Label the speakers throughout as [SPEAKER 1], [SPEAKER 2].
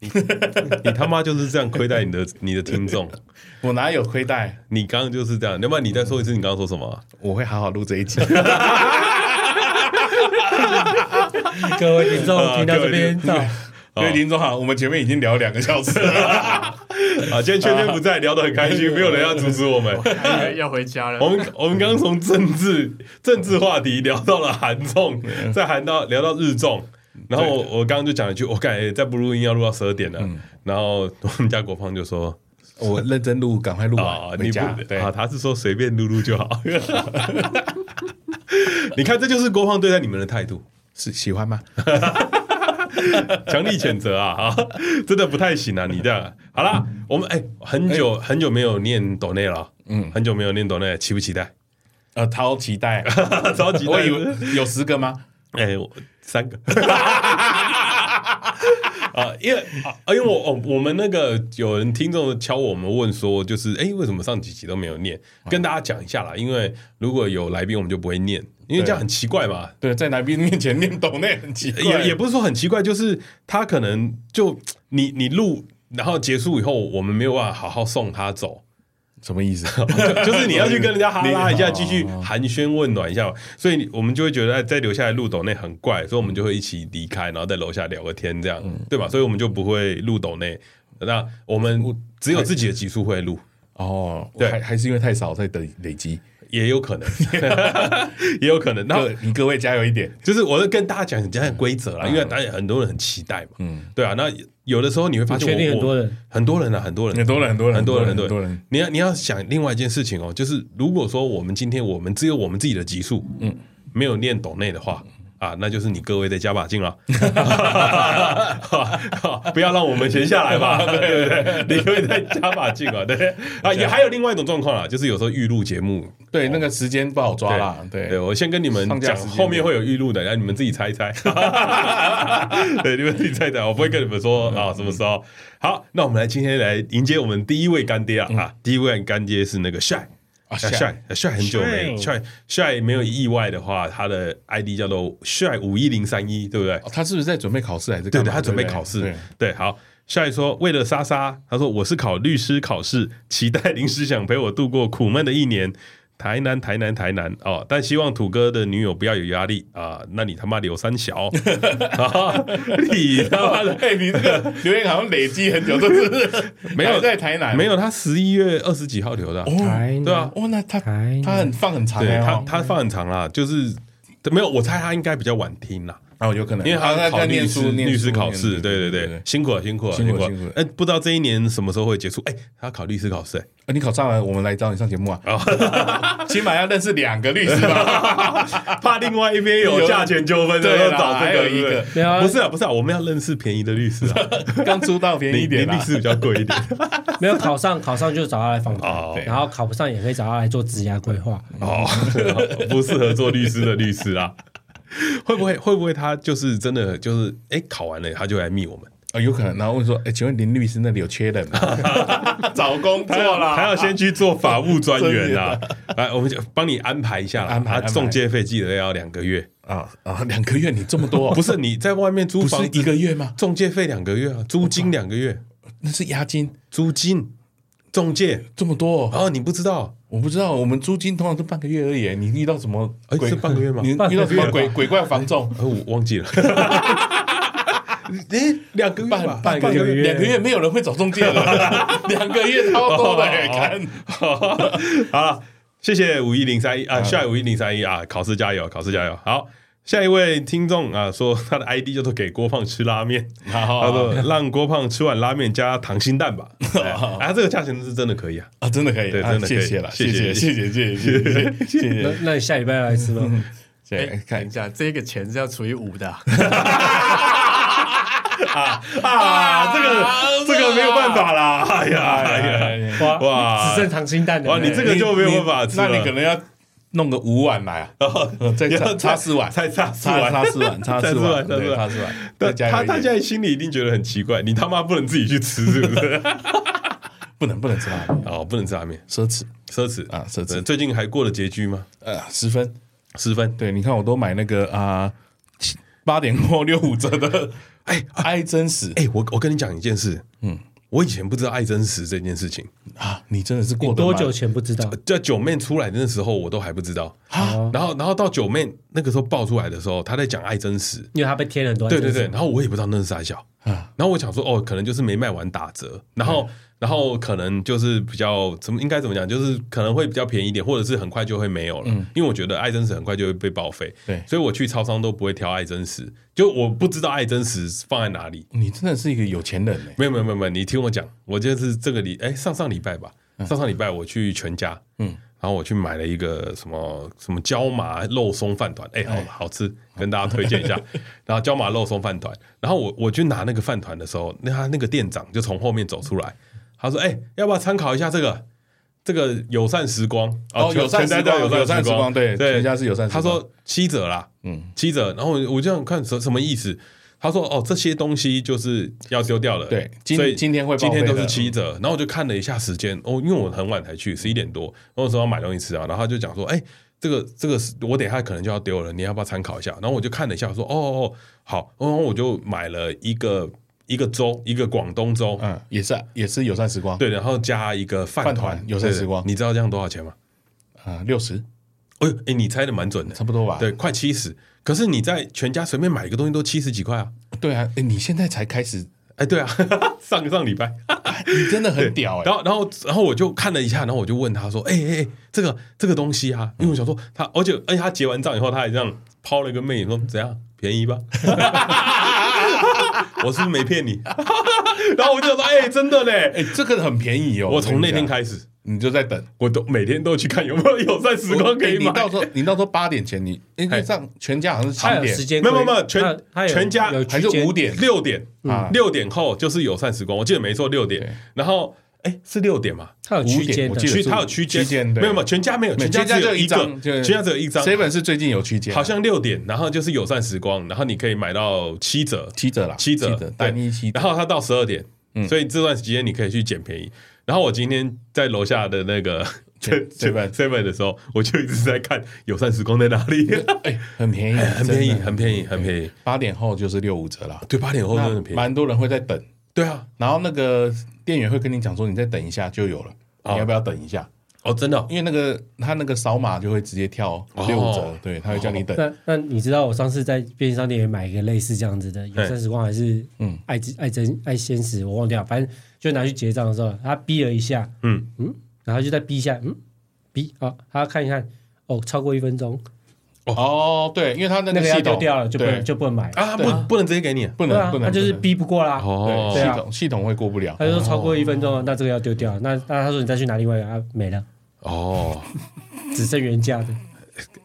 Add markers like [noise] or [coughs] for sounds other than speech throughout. [SPEAKER 1] 你你他妈就是这样亏待你的 [laughs] 你的听众，
[SPEAKER 2] 我哪有亏待？
[SPEAKER 1] 你刚刚就是这样，要不然你再说一次，你刚刚说什么啊、
[SPEAKER 2] 我会好好录这一集。
[SPEAKER 3] [laughs] 各位听众
[SPEAKER 2] 啊
[SPEAKER 3] 听到这边
[SPEAKER 1] 各位听众
[SPEAKER 3] 到，
[SPEAKER 2] [laughs] 各位听众好，我们前面已经聊两个小时了，
[SPEAKER 1] 啊，今天圈圈不在，聊得很开心，没有人要阻止我们。
[SPEAKER 4] 要 [laughs] 要回家了。
[SPEAKER 1] 我们我们刚刚从政治
[SPEAKER 2] 嗯
[SPEAKER 1] 政治话题聊到了韩综，再谈到聊到日综，然后我我刚刚就讲了一句，我感觉再不录音要录到十二点了。
[SPEAKER 2] 嗯
[SPEAKER 1] 然后我们家国胖就说
[SPEAKER 2] 我认真录，赶快录
[SPEAKER 1] 啊
[SPEAKER 2] 完，回
[SPEAKER 1] 你
[SPEAKER 2] 家。
[SPEAKER 1] 不
[SPEAKER 2] 哦对
[SPEAKER 1] 啊，，他是说随便录录就
[SPEAKER 2] [laughs]
[SPEAKER 1] 好。你看，这就是国胖对待你们的态度，
[SPEAKER 2] 是喜欢吗？
[SPEAKER 1] 强力谴责啊！ [laughs] 啊，真的不太行啊，你这样。好啦，我们哎、很久很久没有念抖内了，嗯，很久没有念抖内，期不期待？ [laughs]
[SPEAKER 2] 呃，超 [laughs] 期待，
[SPEAKER 1] 超级
[SPEAKER 2] 我以为有十个吗？
[SPEAKER 1] 哎、我三个。 [laughs] 啊，因为啊，因为我哦，我们那个有人听众敲我们问说，就是哎、为什么上几集都没有念？跟大家讲一下啦，因为如果有来宾，我们就不会念，因为这样很奇怪嘛。
[SPEAKER 2] 对，在来宾面前念抖内很奇怪，
[SPEAKER 1] 也也不是说很奇怪，就是他可能就你你录，然后结束以后，我们没有办法好好送他走，
[SPEAKER 2] 什么意思？
[SPEAKER 1] [laughs] 就就是你要去跟人家哈拉一下，
[SPEAKER 2] 你
[SPEAKER 1] 继续寒暄问暖一下，所以我们就会觉得哎再留下来录抖内很怪，所以我们就会一起离开，然后在楼下聊个天，这样、对吧？所以我们就不会录抖内。那我们只有自己的集数会录，
[SPEAKER 2] [laughs] 哦，
[SPEAKER 1] 对
[SPEAKER 2] 还还是因为太少在等累积。
[SPEAKER 1] 也有可能， [laughs] 也有可能。然后
[SPEAKER 2] 各你各位加油一点，
[SPEAKER 1] 就是我是跟大家讲讲讲规则啦，因为当然很多人很期待嘛，嗯，对啊。那有的时候你会发现我，
[SPEAKER 3] 你确定很多
[SPEAKER 1] 我
[SPEAKER 3] 人，
[SPEAKER 1] 很多人啊，很多人，
[SPEAKER 2] 很多人，很多人，
[SPEAKER 1] 很多人，很
[SPEAKER 2] 很
[SPEAKER 1] 多
[SPEAKER 2] 多
[SPEAKER 1] 人
[SPEAKER 2] 人。。
[SPEAKER 1] 你要你要想另外一件事情哦，就是如果说我们今天我们只有我们自己的集数，嗯，没有念懂内的话。啊，那就是你各位再加把劲了， [laughs] 不要让我们闲下来嘛， [laughs] 对对对，你各位再加把劲啊，对啊，也还有另外一种状况啊，就是有时候预录节目，
[SPEAKER 2] 对，那个时间不好抓啦。对，
[SPEAKER 1] 对，我先跟你们
[SPEAKER 2] 放假
[SPEAKER 1] 讲，
[SPEAKER 2] 时间
[SPEAKER 1] 后面会有预录的，然后你们自己猜一
[SPEAKER 2] [laughs]
[SPEAKER 1] 猜。对，你们自己猜一猜，我不会跟你们
[SPEAKER 2] 嗯
[SPEAKER 1] 说啊什么时候。好，那我们来今天来迎接我们第一位干爹
[SPEAKER 2] 嗯
[SPEAKER 1] 啊啊，第一位干爹是那个 Shy。啊
[SPEAKER 2] ，Shy
[SPEAKER 1] ，shy shy 很久没 shy shy 没有意外的话，他的 ID 叫做 shy 五一零三一，对不对？
[SPEAKER 2] 哦他是不是在准备考试还是
[SPEAKER 1] 对
[SPEAKER 2] 干
[SPEAKER 1] 对，
[SPEAKER 2] 嘛？
[SPEAKER 1] 他准备
[SPEAKER 2] 不对
[SPEAKER 1] 考试
[SPEAKER 2] 对。
[SPEAKER 1] 对，好，下一说为了莎莎，他说我是考律师考试，期待临时想陪我度过苦闷的一年。台南，台南，台南哦！但希望土哥的女友不要有压力啊、那你他妈的有三
[SPEAKER 2] [laughs]
[SPEAKER 1] 小，啊你他妈
[SPEAKER 2] 啊，
[SPEAKER 1] 的
[SPEAKER 2] 对你
[SPEAKER 1] [laughs]
[SPEAKER 2] 这个留言好像累积很久，都是
[SPEAKER 1] 没有
[SPEAKER 2] 还在台南，
[SPEAKER 1] 没有？他十一月二十几号留的啊、
[SPEAKER 3] 台
[SPEAKER 1] 对啊，
[SPEAKER 2] 哦，那他
[SPEAKER 3] 台南
[SPEAKER 2] 他很放很长
[SPEAKER 1] 对
[SPEAKER 2] 欸
[SPEAKER 1] 他
[SPEAKER 2] 哦
[SPEAKER 1] 他放很长啦，就是没有，我猜他应该比较晚听啦。
[SPEAKER 2] 哦，有可能，
[SPEAKER 1] 因为他
[SPEAKER 2] 在
[SPEAKER 1] 考
[SPEAKER 2] 在
[SPEAKER 1] 律
[SPEAKER 2] 念
[SPEAKER 1] 师
[SPEAKER 2] 书，念
[SPEAKER 1] 律
[SPEAKER 2] 书
[SPEAKER 1] 师考
[SPEAKER 2] 念
[SPEAKER 1] 试，对对
[SPEAKER 2] 对
[SPEAKER 1] 对，。辛苦啊了，辛苦了，
[SPEAKER 2] 辛苦了辛苦
[SPEAKER 1] 了
[SPEAKER 2] 啊了。
[SPEAKER 1] 哎，不知道这一年什么时候会结束？哎，他考律师考试，哎，
[SPEAKER 2] 呃你考上了，我们来找你上节目啊，
[SPEAKER 1] 哦
[SPEAKER 2] [laughs] 起码要认识两个律师
[SPEAKER 1] [laughs]
[SPEAKER 2] 吧？
[SPEAKER 1] 怕另外一边有价钱纠纷，
[SPEAKER 2] 对啦
[SPEAKER 1] 要找这
[SPEAKER 2] 还
[SPEAKER 1] 个
[SPEAKER 2] 有一个
[SPEAKER 1] 对不对
[SPEAKER 3] 对啊
[SPEAKER 1] 不是啊，不是啊，我们要认识便宜的律师啊，
[SPEAKER 2] 刚出道 [laughs] 便宜
[SPEAKER 1] 你
[SPEAKER 2] 一
[SPEAKER 1] 你
[SPEAKER 2] 点
[SPEAKER 1] 律
[SPEAKER 2] 啦。
[SPEAKER 1] 师比较贵一
[SPEAKER 2] [laughs]
[SPEAKER 1] 点
[SPEAKER 3] 没有考上，考上就找他来访
[SPEAKER 1] 哦
[SPEAKER 3] 谈，然后考不上也可以找他来做职涯规划。
[SPEAKER 1] 哦， [laughs] 不适合做律师的律师
[SPEAKER 2] [laughs]
[SPEAKER 1] 啊。会不会会不会他就是真的就是哎考完了他就来密我们？
[SPEAKER 2] 啊，有可能。然后问说，哎，请问林律师那里有缺人吗？找工作
[SPEAKER 1] 他要
[SPEAKER 2] 啦，！
[SPEAKER 1] 他要先去做法务专员啊
[SPEAKER 2] [laughs]
[SPEAKER 1] 来，我们就帮你安排一下啦，
[SPEAKER 2] 安排安
[SPEAKER 1] 他
[SPEAKER 2] 排
[SPEAKER 1] 中介费记得要两个月，
[SPEAKER 2] 啊啊，两个月你这么多哦，
[SPEAKER 1] [laughs] 不是你在外面租
[SPEAKER 2] 不
[SPEAKER 1] 房
[SPEAKER 2] 是
[SPEAKER 1] 子
[SPEAKER 2] 一个月吗？
[SPEAKER 1] 中介费两个月啊，租金两个月，
[SPEAKER 2] 那是押金
[SPEAKER 1] 租金中介，
[SPEAKER 2] 这么多哦，
[SPEAKER 1] 然后你不知道，
[SPEAKER 2] 我不知道，我们租金通常都半个月而已。你遇到什么
[SPEAKER 1] 哎，
[SPEAKER 2] 鬼
[SPEAKER 1] 是？半个月吗？
[SPEAKER 2] 你遇
[SPEAKER 3] 半个
[SPEAKER 2] 到什么
[SPEAKER 3] 月
[SPEAKER 2] 鬼鬼 [laughs] 怪房仲？
[SPEAKER 1] 呃，我忘记了。 [laughs] 哎，两个月吧
[SPEAKER 2] 半，半个
[SPEAKER 3] 半个
[SPEAKER 2] 月，
[SPEAKER 3] 月
[SPEAKER 2] 两个月没有人会找中介了，两个月超多的欸，看
[SPEAKER 1] [laughs] 好了，谢谢五一零三一啊，下五一零三一啊，考试加油，考试加油。好，下一位听众啊，说他的 ID 叫做给郭胖吃拉面，他说让郭胖吃碗拉面加溏心蛋
[SPEAKER 2] [laughs]
[SPEAKER 1] 吧。哎啊，这个价钱是真的可以啊，
[SPEAKER 2] 啊，真的可以，
[SPEAKER 1] 对
[SPEAKER 2] 啊
[SPEAKER 1] 真的可以
[SPEAKER 2] 谢谢了，
[SPEAKER 1] 谢
[SPEAKER 2] 谢
[SPEAKER 1] 谢
[SPEAKER 2] 谢谢谢谢谢谢谢
[SPEAKER 1] [laughs]
[SPEAKER 3] 那
[SPEAKER 2] 谢
[SPEAKER 3] 那你下礼拜来吃吧。
[SPEAKER 1] 嗯
[SPEAKER 2] 谢谢，
[SPEAKER 4] 哎等
[SPEAKER 2] 看
[SPEAKER 4] 一下，这个钱是要除以五的啊，
[SPEAKER 1] 啊，这个这个没有办法啦，哎呀
[SPEAKER 2] 哎
[SPEAKER 1] 哎呀，
[SPEAKER 2] 呀，
[SPEAKER 3] [laughs] 哇
[SPEAKER 1] 哇
[SPEAKER 3] 只剩溏心蛋了。
[SPEAKER 1] 哇你这个就没有办法吃
[SPEAKER 2] 那
[SPEAKER 1] 了
[SPEAKER 2] 你可能要弄个五碗来啊，再
[SPEAKER 1] 要
[SPEAKER 2] 插
[SPEAKER 1] 再
[SPEAKER 2] 插四碗，
[SPEAKER 1] 再插四碗
[SPEAKER 2] 插插四碗，插
[SPEAKER 1] 再
[SPEAKER 2] 四
[SPEAKER 1] 吃完 [laughs]
[SPEAKER 2] 碗，
[SPEAKER 1] 再吃
[SPEAKER 2] 对
[SPEAKER 1] 完
[SPEAKER 2] 插四碗，
[SPEAKER 1] 但
[SPEAKER 2] 再加
[SPEAKER 1] 他
[SPEAKER 2] 油
[SPEAKER 1] 他现
[SPEAKER 2] 一点，
[SPEAKER 1] 在心里一定觉得很奇怪，你他妈不能自己去吃是不 [laughs] 是？
[SPEAKER 2] 不能不能吃辣的，
[SPEAKER 1] 哦，不能吃拉面，
[SPEAKER 2] 奢侈
[SPEAKER 1] 奢侈
[SPEAKER 2] 啊奢侈
[SPEAKER 1] 呃最近还过了拮据吗？
[SPEAKER 2] 呃十分，
[SPEAKER 1] 十分。
[SPEAKER 2] 对，你看我都买那个啊。七八点或六五折的
[SPEAKER 1] 哎
[SPEAKER 2] [laughs] 爱真实
[SPEAKER 1] 哎，我我跟你讲一件事，嗯，我以前不知道爱真实这件事情，
[SPEAKER 2] 啊，你真的是过
[SPEAKER 3] 你
[SPEAKER 2] 得
[SPEAKER 3] 多
[SPEAKER 2] 蛮
[SPEAKER 3] 久前不知道？
[SPEAKER 1] 在九妹出来的那时候我都还不知道，
[SPEAKER 3] 哦
[SPEAKER 1] 然后然后到九妹那个时候爆出来的时候，她在讲爱真实，
[SPEAKER 3] 因为他被贴了很多。
[SPEAKER 1] 对对对，，然后我也不知道那是啥小，
[SPEAKER 2] 啊？
[SPEAKER 1] 然后我想说哦，可能就是没卖完打折，然后然后可能就是比较怎么应该怎么讲，就是可能会比较便宜一点，或者是很快就会没有了，因为我觉得爱真实很快就会被报废，
[SPEAKER 2] 对
[SPEAKER 1] 所以我去超商都不会挑爱真实，就我不知道爱真实放在哪里。
[SPEAKER 2] 你真的是一个有钱人呢。
[SPEAKER 1] 没有没有没有没有，你听我讲，我就是这个礼哎上上礼拜吧，
[SPEAKER 2] 嗯
[SPEAKER 1] 上上礼拜我去全家，嗯，然后我去买了一个什么什么椒麻肉松饭团，哎，好好吃，跟大家推荐一
[SPEAKER 2] [laughs]
[SPEAKER 1] 下。然后椒麻肉松饭团，然后我我去拿那个饭团的时候，那他那个店长就从后面走出来，他说：“哎，要不要参考一下这个？”这个友善时光
[SPEAKER 2] 哦友善时光
[SPEAKER 1] 友
[SPEAKER 2] 友善时
[SPEAKER 1] 时
[SPEAKER 2] 光对
[SPEAKER 1] 对，
[SPEAKER 2] 全家是友善时
[SPEAKER 1] 他
[SPEAKER 2] 光
[SPEAKER 1] 说七折啦，嗯，七折。然后我我这样看什什么意思？他说哦，这些东西就是要丢掉了，
[SPEAKER 2] 对今
[SPEAKER 1] 所以
[SPEAKER 2] 今天会报
[SPEAKER 1] 今天
[SPEAKER 2] 废
[SPEAKER 1] 都
[SPEAKER 2] 的
[SPEAKER 1] 是七折，然后我就看了一下时间，哦，因为我很晚才去，十一点多，然后我说要买东西吃啊，然后他就讲说，哎，这个这个是我等一下可能就要丢了，你要不要参考一下？然后我就看了一下，说哦哦哦好，然后我就买了一个一个粥，一个广东粥，
[SPEAKER 2] 嗯，也是也是友善时光，
[SPEAKER 1] 对，然后加一个饭
[SPEAKER 2] 饭
[SPEAKER 1] 团
[SPEAKER 2] 团，有色时光
[SPEAKER 1] 对对你知道这样多少钱吗？
[SPEAKER 2] 啊，六十
[SPEAKER 1] 哎呦，哎，你猜的蛮准的，
[SPEAKER 2] 差不多吧？
[SPEAKER 1] 对，快七十。可是你在全家随便买一个东西都七十几块啊！
[SPEAKER 2] 对啊，诶你现在才开始，
[SPEAKER 1] 哎，对啊， [laughs] 上上礼拜，
[SPEAKER 2] 你真的很屌哎
[SPEAKER 1] [laughs] 然。后然后然后我就看了一下，然后我就问他说：“哎哎哎，这个这个东西啊，因为我想说
[SPEAKER 2] 嗯
[SPEAKER 1] 他，而且而且他结完账以后，他还这样抛了一个媚眼说：怎样便宜吧？ [laughs] 我是不是没骗你？ [laughs] 然后我就想说：哎、真的嘞！
[SPEAKER 2] 哎，这个很便宜哦！
[SPEAKER 1] 我从那
[SPEAKER 2] 跟
[SPEAKER 1] 天
[SPEAKER 2] 你讲
[SPEAKER 1] 开始，
[SPEAKER 2] 你就在等，哎
[SPEAKER 1] 我都每天都去看有没有友善时光可以
[SPEAKER 2] 你
[SPEAKER 1] 买。
[SPEAKER 2] 到时
[SPEAKER 1] [laughs]
[SPEAKER 2] 候你到时候八点前你，因为上全家好像是
[SPEAKER 3] 他有
[SPEAKER 2] 七
[SPEAKER 3] 时
[SPEAKER 2] 点
[SPEAKER 3] 间
[SPEAKER 1] 没
[SPEAKER 3] 规，
[SPEAKER 1] 有没有全
[SPEAKER 3] 他他有
[SPEAKER 1] 全家
[SPEAKER 3] 有
[SPEAKER 2] 还
[SPEAKER 3] 区
[SPEAKER 2] 是
[SPEAKER 3] 间
[SPEAKER 2] 五点
[SPEAKER 1] 六点
[SPEAKER 2] 啊，
[SPEAKER 1] 六点后就是友善时光，我记得没错，六
[SPEAKER 2] 对
[SPEAKER 1] 点。然后哎，是六点嘛？
[SPEAKER 3] 他有区间
[SPEAKER 2] 五点我
[SPEAKER 3] 的
[SPEAKER 2] 记，得
[SPEAKER 1] 区
[SPEAKER 2] 是
[SPEAKER 1] 它有区间，
[SPEAKER 2] 区间对
[SPEAKER 1] 没有没有，全家没有，
[SPEAKER 2] 没有
[SPEAKER 1] 家
[SPEAKER 2] 全家
[SPEAKER 1] 只
[SPEAKER 2] 就
[SPEAKER 1] 有
[SPEAKER 2] 一
[SPEAKER 1] 一个
[SPEAKER 2] 张，就
[SPEAKER 1] 全家只有一张。
[SPEAKER 2] seven 是最近有区间，啊
[SPEAKER 1] 好像六点，然后就是友善时光，然后你可以买到七折，
[SPEAKER 2] 七折啦，
[SPEAKER 1] 七折，
[SPEAKER 2] 折
[SPEAKER 1] 对
[SPEAKER 2] 单一七折嗯
[SPEAKER 1] 然后它到十二点，所以这段时间你可以去捡便宜。然后我今天在楼下的那
[SPEAKER 2] [laughs]
[SPEAKER 1] 个 [laughs]
[SPEAKER 2] seven
[SPEAKER 1] seven 的时候，我就一直在看友善时光在哪
[SPEAKER 2] [laughs]
[SPEAKER 1] 里，
[SPEAKER 2] 哎，很便宜，
[SPEAKER 1] [laughs] 很便宜，
[SPEAKER 2] 真的
[SPEAKER 1] 很便宜，很便宜。
[SPEAKER 2] 八点后就是六五折啦，
[SPEAKER 1] 对，八点
[SPEAKER 3] 哦
[SPEAKER 1] 后真的
[SPEAKER 2] 那
[SPEAKER 1] 很便宜。
[SPEAKER 2] 蛮多人会在等，
[SPEAKER 1] 对啊，
[SPEAKER 2] 然后那个店员会跟你讲说，你再等一下就有了，
[SPEAKER 1] 哦
[SPEAKER 3] 啊
[SPEAKER 2] 你要不要等一下？
[SPEAKER 1] 哦，真的哦
[SPEAKER 2] 因为那个他那个扫码就会直接跳六折
[SPEAKER 1] 哦，
[SPEAKER 2] 对，他会叫你等。
[SPEAKER 3] 那那你知道我上次在便利商店也买一个类似这样子的友善时光还是嗯爱之爱真爱鲜食，我忘掉，反正就拿去结账的时候，他逼了一下，
[SPEAKER 1] 嗯
[SPEAKER 3] 嗯，然后就再逼一下，嗯，逼啊，他看一看，哦，超过一分钟，
[SPEAKER 2] 哦，对，因为他那
[SPEAKER 3] 那
[SPEAKER 2] 个
[SPEAKER 3] 个要
[SPEAKER 2] 系
[SPEAKER 3] 丢
[SPEAKER 2] 统
[SPEAKER 3] 掉了就不能
[SPEAKER 2] 对
[SPEAKER 3] 就不能买，
[SPEAKER 1] 啊，
[SPEAKER 2] 对啊
[SPEAKER 1] 不不能直接给你啊
[SPEAKER 2] 不
[SPEAKER 3] 对啊
[SPEAKER 2] 能不，能，
[SPEAKER 3] 他就是
[SPEAKER 2] 不能
[SPEAKER 3] 逼不过啦，
[SPEAKER 1] 哦
[SPEAKER 2] 对
[SPEAKER 3] 对啊
[SPEAKER 2] 系统系统会过不了
[SPEAKER 3] 他。就说超过一分钟了，那这个要丢掉，那那他说你再去拿另外一个啊，没了，
[SPEAKER 1] 哦。
[SPEAKER 3] 只剩原价的，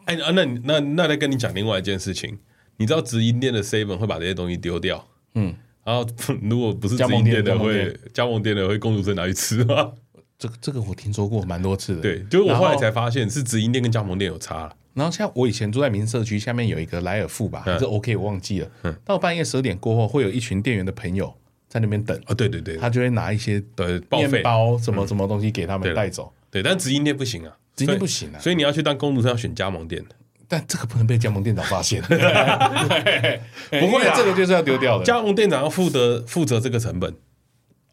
[SPEAKER 1] 哎、啊，那你那那再跟你讲另外一件事情，你知道直营店的 seven 会把这些东西丢掉，
[SPEAKER 2] 嗯，
[SPEAKER 1] 然后如果不是直
[SPEAKER 2] 加
[SPEAKER 1] 营
[SPEAKER 2] 盟店
[SPEAKER 1] 的
[SPEAKER 2] 加盟
[SPEAKER 1] 会
[SPEAKER 2] 店
[SPEAKER 1] 加盟店的会公主生拿去吃吗？ [laughs]
[SPEAKER 2] 这个这个我听说过蛮多次的。
[SPEAKER 1] 对，就是我后来
[SPEAKER 2] 然
[SPEAKER 1] 才发现是直营店跟加盟店有差了。
[SPEAKER 2] 然后像我以前住在民社区下面有一个莱尔富吧，
[SPEAKER 3] 嗯
[SPEAKER 2] 还是 OK，我忘记了。到半夜十二点过后，会有一群店员的朋友在那边等，
[SPEAKER 1] 啊，对对对，
[SPEAKER 2] 他就会拿一些
[SPEAKER 1] 对报
[SPEAKER 2] 面
[SPEAKER 1] 废，
[SPEAKER 2] 包什么什么东西给他
[SPEAKER 1] 对
[SPEAKER 2] 们
[SPEAKER 1] 了
[SPEAKER 2] 带走。
[SPEAKER 1] 对，但直营店不行啊，
[SPEAKER 2] 直营店
[SPEAKER 1] 所以
[SPEAKER 2] 不行啊
[SPEAKER 1] 所以你要去当公主生要选加盟店的。
[SPEAKER 2] 但这个不能被加盟店长发现， [laughs] 不会啊，这个就是要丢掉的。
[SPEAKER 1] 加盟店长要负责负责这个成本，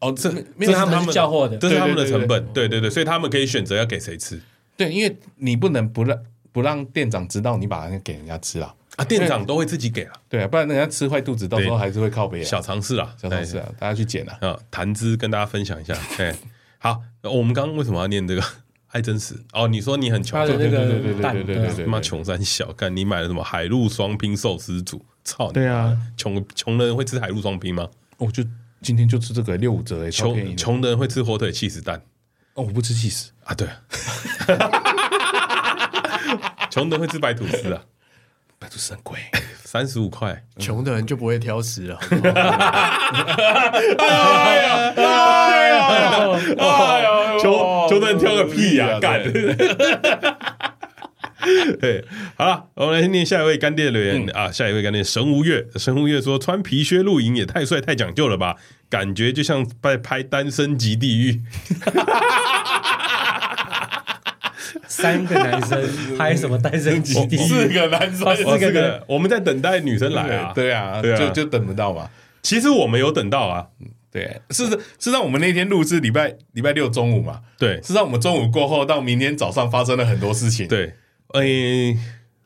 [SPEAKER 2] 哦，这没
[SPEAKER 3] 因
[SPEAKER 2] 有
[SPEAKER 3] 为他们是
[SPEAKER 1] 的
[SPEAKER 3] 交货的，
[SPEAKER 1] 这是他们的
[SPEAKER 2] 对对对
[SPEAKER 1] 成本，对对对，所以他们可以选择要给谁吃
[SPEAKER 2] 对，因为你不能不让不让店长知道你把那个给人家吃啦，
[SPEAKER 1] 啊，店长都会自己给啊，
[SPEAKER 2] 对啊，不然人家吃坏肚子，到时候
[SPEAKER 1] 对
[SPEAKER 2] 还是会靠背啊。
[SPEAKER 1] 小尝试啊，
[SPEAKER 2] 小常识啊，大家去捡啊。
[SPEAKER 1] 啊，谈资跟大家分享
[SPEAKER 2] [laughs]
[SPEAKER 1] 一下。哎，好，我们刚刚为什么要念这个 [laughs] 爱真实？哦，你说你很穷
[SPEAKER 3] 他，的那
[SPEAKER 2] 对对
[SPEAKER 3] 个
[SPEAKER 2] 对对
[SPEAKER 3] 蛋
[SPEAKER 2] 对对
[SPEAKER 3] 啊
[SPEAKER 2] 对对
[SPEAKER 1] 他妈穷三小，看你买了什么海陆双拼寿司组，操你！
[SPEAKER 2] 对啊，哦
[SPEAKER 1] 穷穷人会吃海陆双拼吗？
[SPEAKER 2] 我就今天就吃这个六五折哎，超便宜
[SPEAKER 1] 穷
[SPEAKER 2] 的。
[SPEAKER 1] 穷人会吃火腿气死蛋
[SPEAKER 2] 哦，我不吃 cheese，
[SPEAKER 1] 啊？对
[SPEAKER 2] [laughs]
[SPEAKER 1] 啊， [laughs] 穷人会吃白吐司啊，
[SPEAKER 2] 白吐司很贵。
[SPEAKER 1] 三十五块。
[SPEAKER 4] 穷的人就不会挑食
[SPEAKER 1] [laughs]
[SPEAKER 4] 了，好不好
[SPEAKER 2] 哎呀，哎
[SPEAKER 1] [laughs]
[SPEAKER 2] 呀
[SPEAKER 1] 穷穷人挑个屁呀、干！ [laughs] 对，好了，我们来念下一位干爹的留
[SPEAKER 2] 嗯
[SPEAKER 1] 言、啊，下一位干爹神无月，神无月说穿皮靴露营也太帅太讲究了吧，感觉就像在拍《单身级地狱》。
[SPEAKER 2] [laughs]
[SPEAKER 3] 三个男
[SPEAKER 2] [laughs]
[SPEAKER 3] 生拍什么单身基地？
[SPEAKER 2] 四个男生，
[SPEAKER 3] 哦四个
[SPEAKER 1] 哦这我们在等待女生来啊。
[SPEAKER 2] 对啊，
[SPEAKER 1] 对啊
[SPEAKER 2] 就就等不到嘛。
[SPEAKER 1] 其实我们有等到啊，
[SPEAKER 2] 对，是是是让我们那天录制礼拜礼拜六中午嘛，
[SPEAKER 1] 对
[SPEAKER 2] 是让我们中午过后到明天早上发生了很多事情。，
[SPEAKER 1] 对，诶、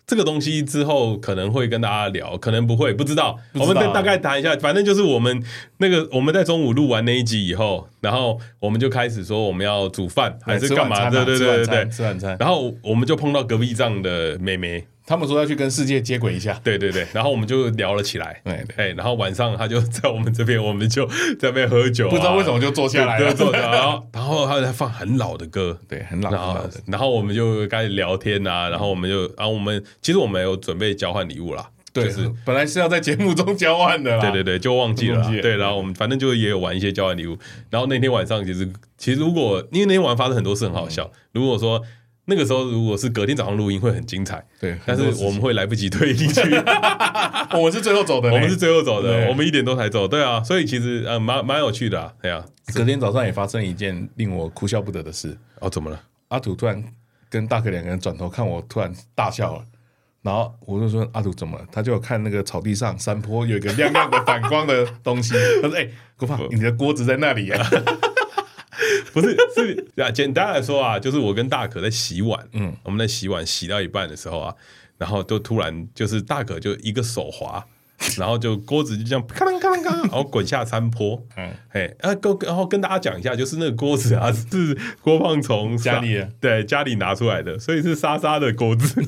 [SPEAKER 1] 这个东西之后可能会跟大家聊，可能不会，不知道。
[SPEAKER 2] 不知
[SPEAKER 1] 我
[SPEAKER 2] 道
[SPEAKER 1] 们大大概谈一下，反正就是我们那个我们在中午录完那一集以后，然后我们就开始说我们要煮饭还是
[SPEAKER 2] 哎吃
[SPEAKER 1] 干
[SPEAKER 2] 晚
[SPEAKER 1] 嘛？
[SPEAKER 2] 餐啊
[SPEAKER 1] 对对
[SPEAKER 2] 吃
[SPEAKER 1] 对
[SPEAKER 2] 晚
[SPEAKER 1] 对
[SPEAKER 2] 餐
[SPEAKER 1] 对。
[SPEAKER 2] 吃晚餐。
[SPEAKER 1] 然后我们就碰到隔壁站的妹妹，
[SPEAKER 2] 他们说要去跟世界接轨一下，
[SPEAKER 1] 对对对，然后我们就聊了起来，
[SPEAKER 2] 对对
[SPEAKER 1] 哎，然后晚上她就在我们这边，我们就在那边喝酒啊、
[SPEAKER 2] 不知道为什么就坐下来
[SPEAKER 1] 对
[SPEAKER 2] 了。
[SPEAKER 1] 对对然后然后她在放很老的歌，
[SPEAKER 2] 对，很老
[SPEAKER 1] 然后
[SPEAKER 2] 很老的，嗯
[SPEAKER 1] 然后我们就开始聊天啊，然后我们就，然、后我们其实我们有准备交换礼物啦，
[SPEAKER 2] 对，
[SPEAKER 1] 就是
[SPEAKER 2] 本来是要在节目中交换的啦。
[SPEAKER 1] 对对对，就忘记了啦
[SPEAKER 2] 啊忘记了嗯
[SPEAKER 1] 对，然后我们反正就也有玩一些交换礼物，然后那天晚上其实其实如果因为那天晚上发生很多事很好笑，
[SPEAKER 2] 嗯
[SPEAKER 1] 如果说。那个时候，如果是隔天早上录音会很精彩，
[SPEAKER 2] 对
[SPEAKER 1] 但
[SPEAKER 2] 很多事
[SPEAKER 1] 是
[SPEAKER 2] 情
[SPEAKER 1] 我们会来不及退
[SPEAKER 2] [laughs]
[SPEAKER 1] 进去，
[SPEAKER 2] 我们是最后走的
[SPEAKER 1] 我
[SPEAKER 2] 呢，
[SPEAKER 1] 们是最后走的，
[SPEAKER 2] 对
[SPEAKER 1] 我们一点多才走，对啊，所以其实呃蛮蛮有趣的啊，对啊，
[SPEAKER 2] 隔天早上也发生一件令我哭笑不得的事。
[SPEAKER 1] 哦怎么了？
[SPEAKER 2] 阿土突然跟大可两个人转头看我，突然大笑了。然后我就说阿土怎么了？他就有看那个草地上山坡有一个亮亮的反光的东 [laughs] 西。他说：“哎、郭胖，你的锅子在那里啊
[SPEAKER 1] 不是 [laughs] 是啊，简单来说啊，就是我跟大可在洗碗，嗯，我们在洗碗洗到一半的时候啊，然后就突然就是大可就一个手滑，然后就锅子就这样咔啷咔啷咔啷，然后滚下山坡，嗯
[SPEAKER 2] 嗯，
[SPEAKER 1] 哎，啊跟然后跟大家讲一下，就是那个锅子啊是郭胖从
[SPEAKER 2] 家里的
[SPEAKER 1] 对家里拿出来的，所以是沙沙的锅子。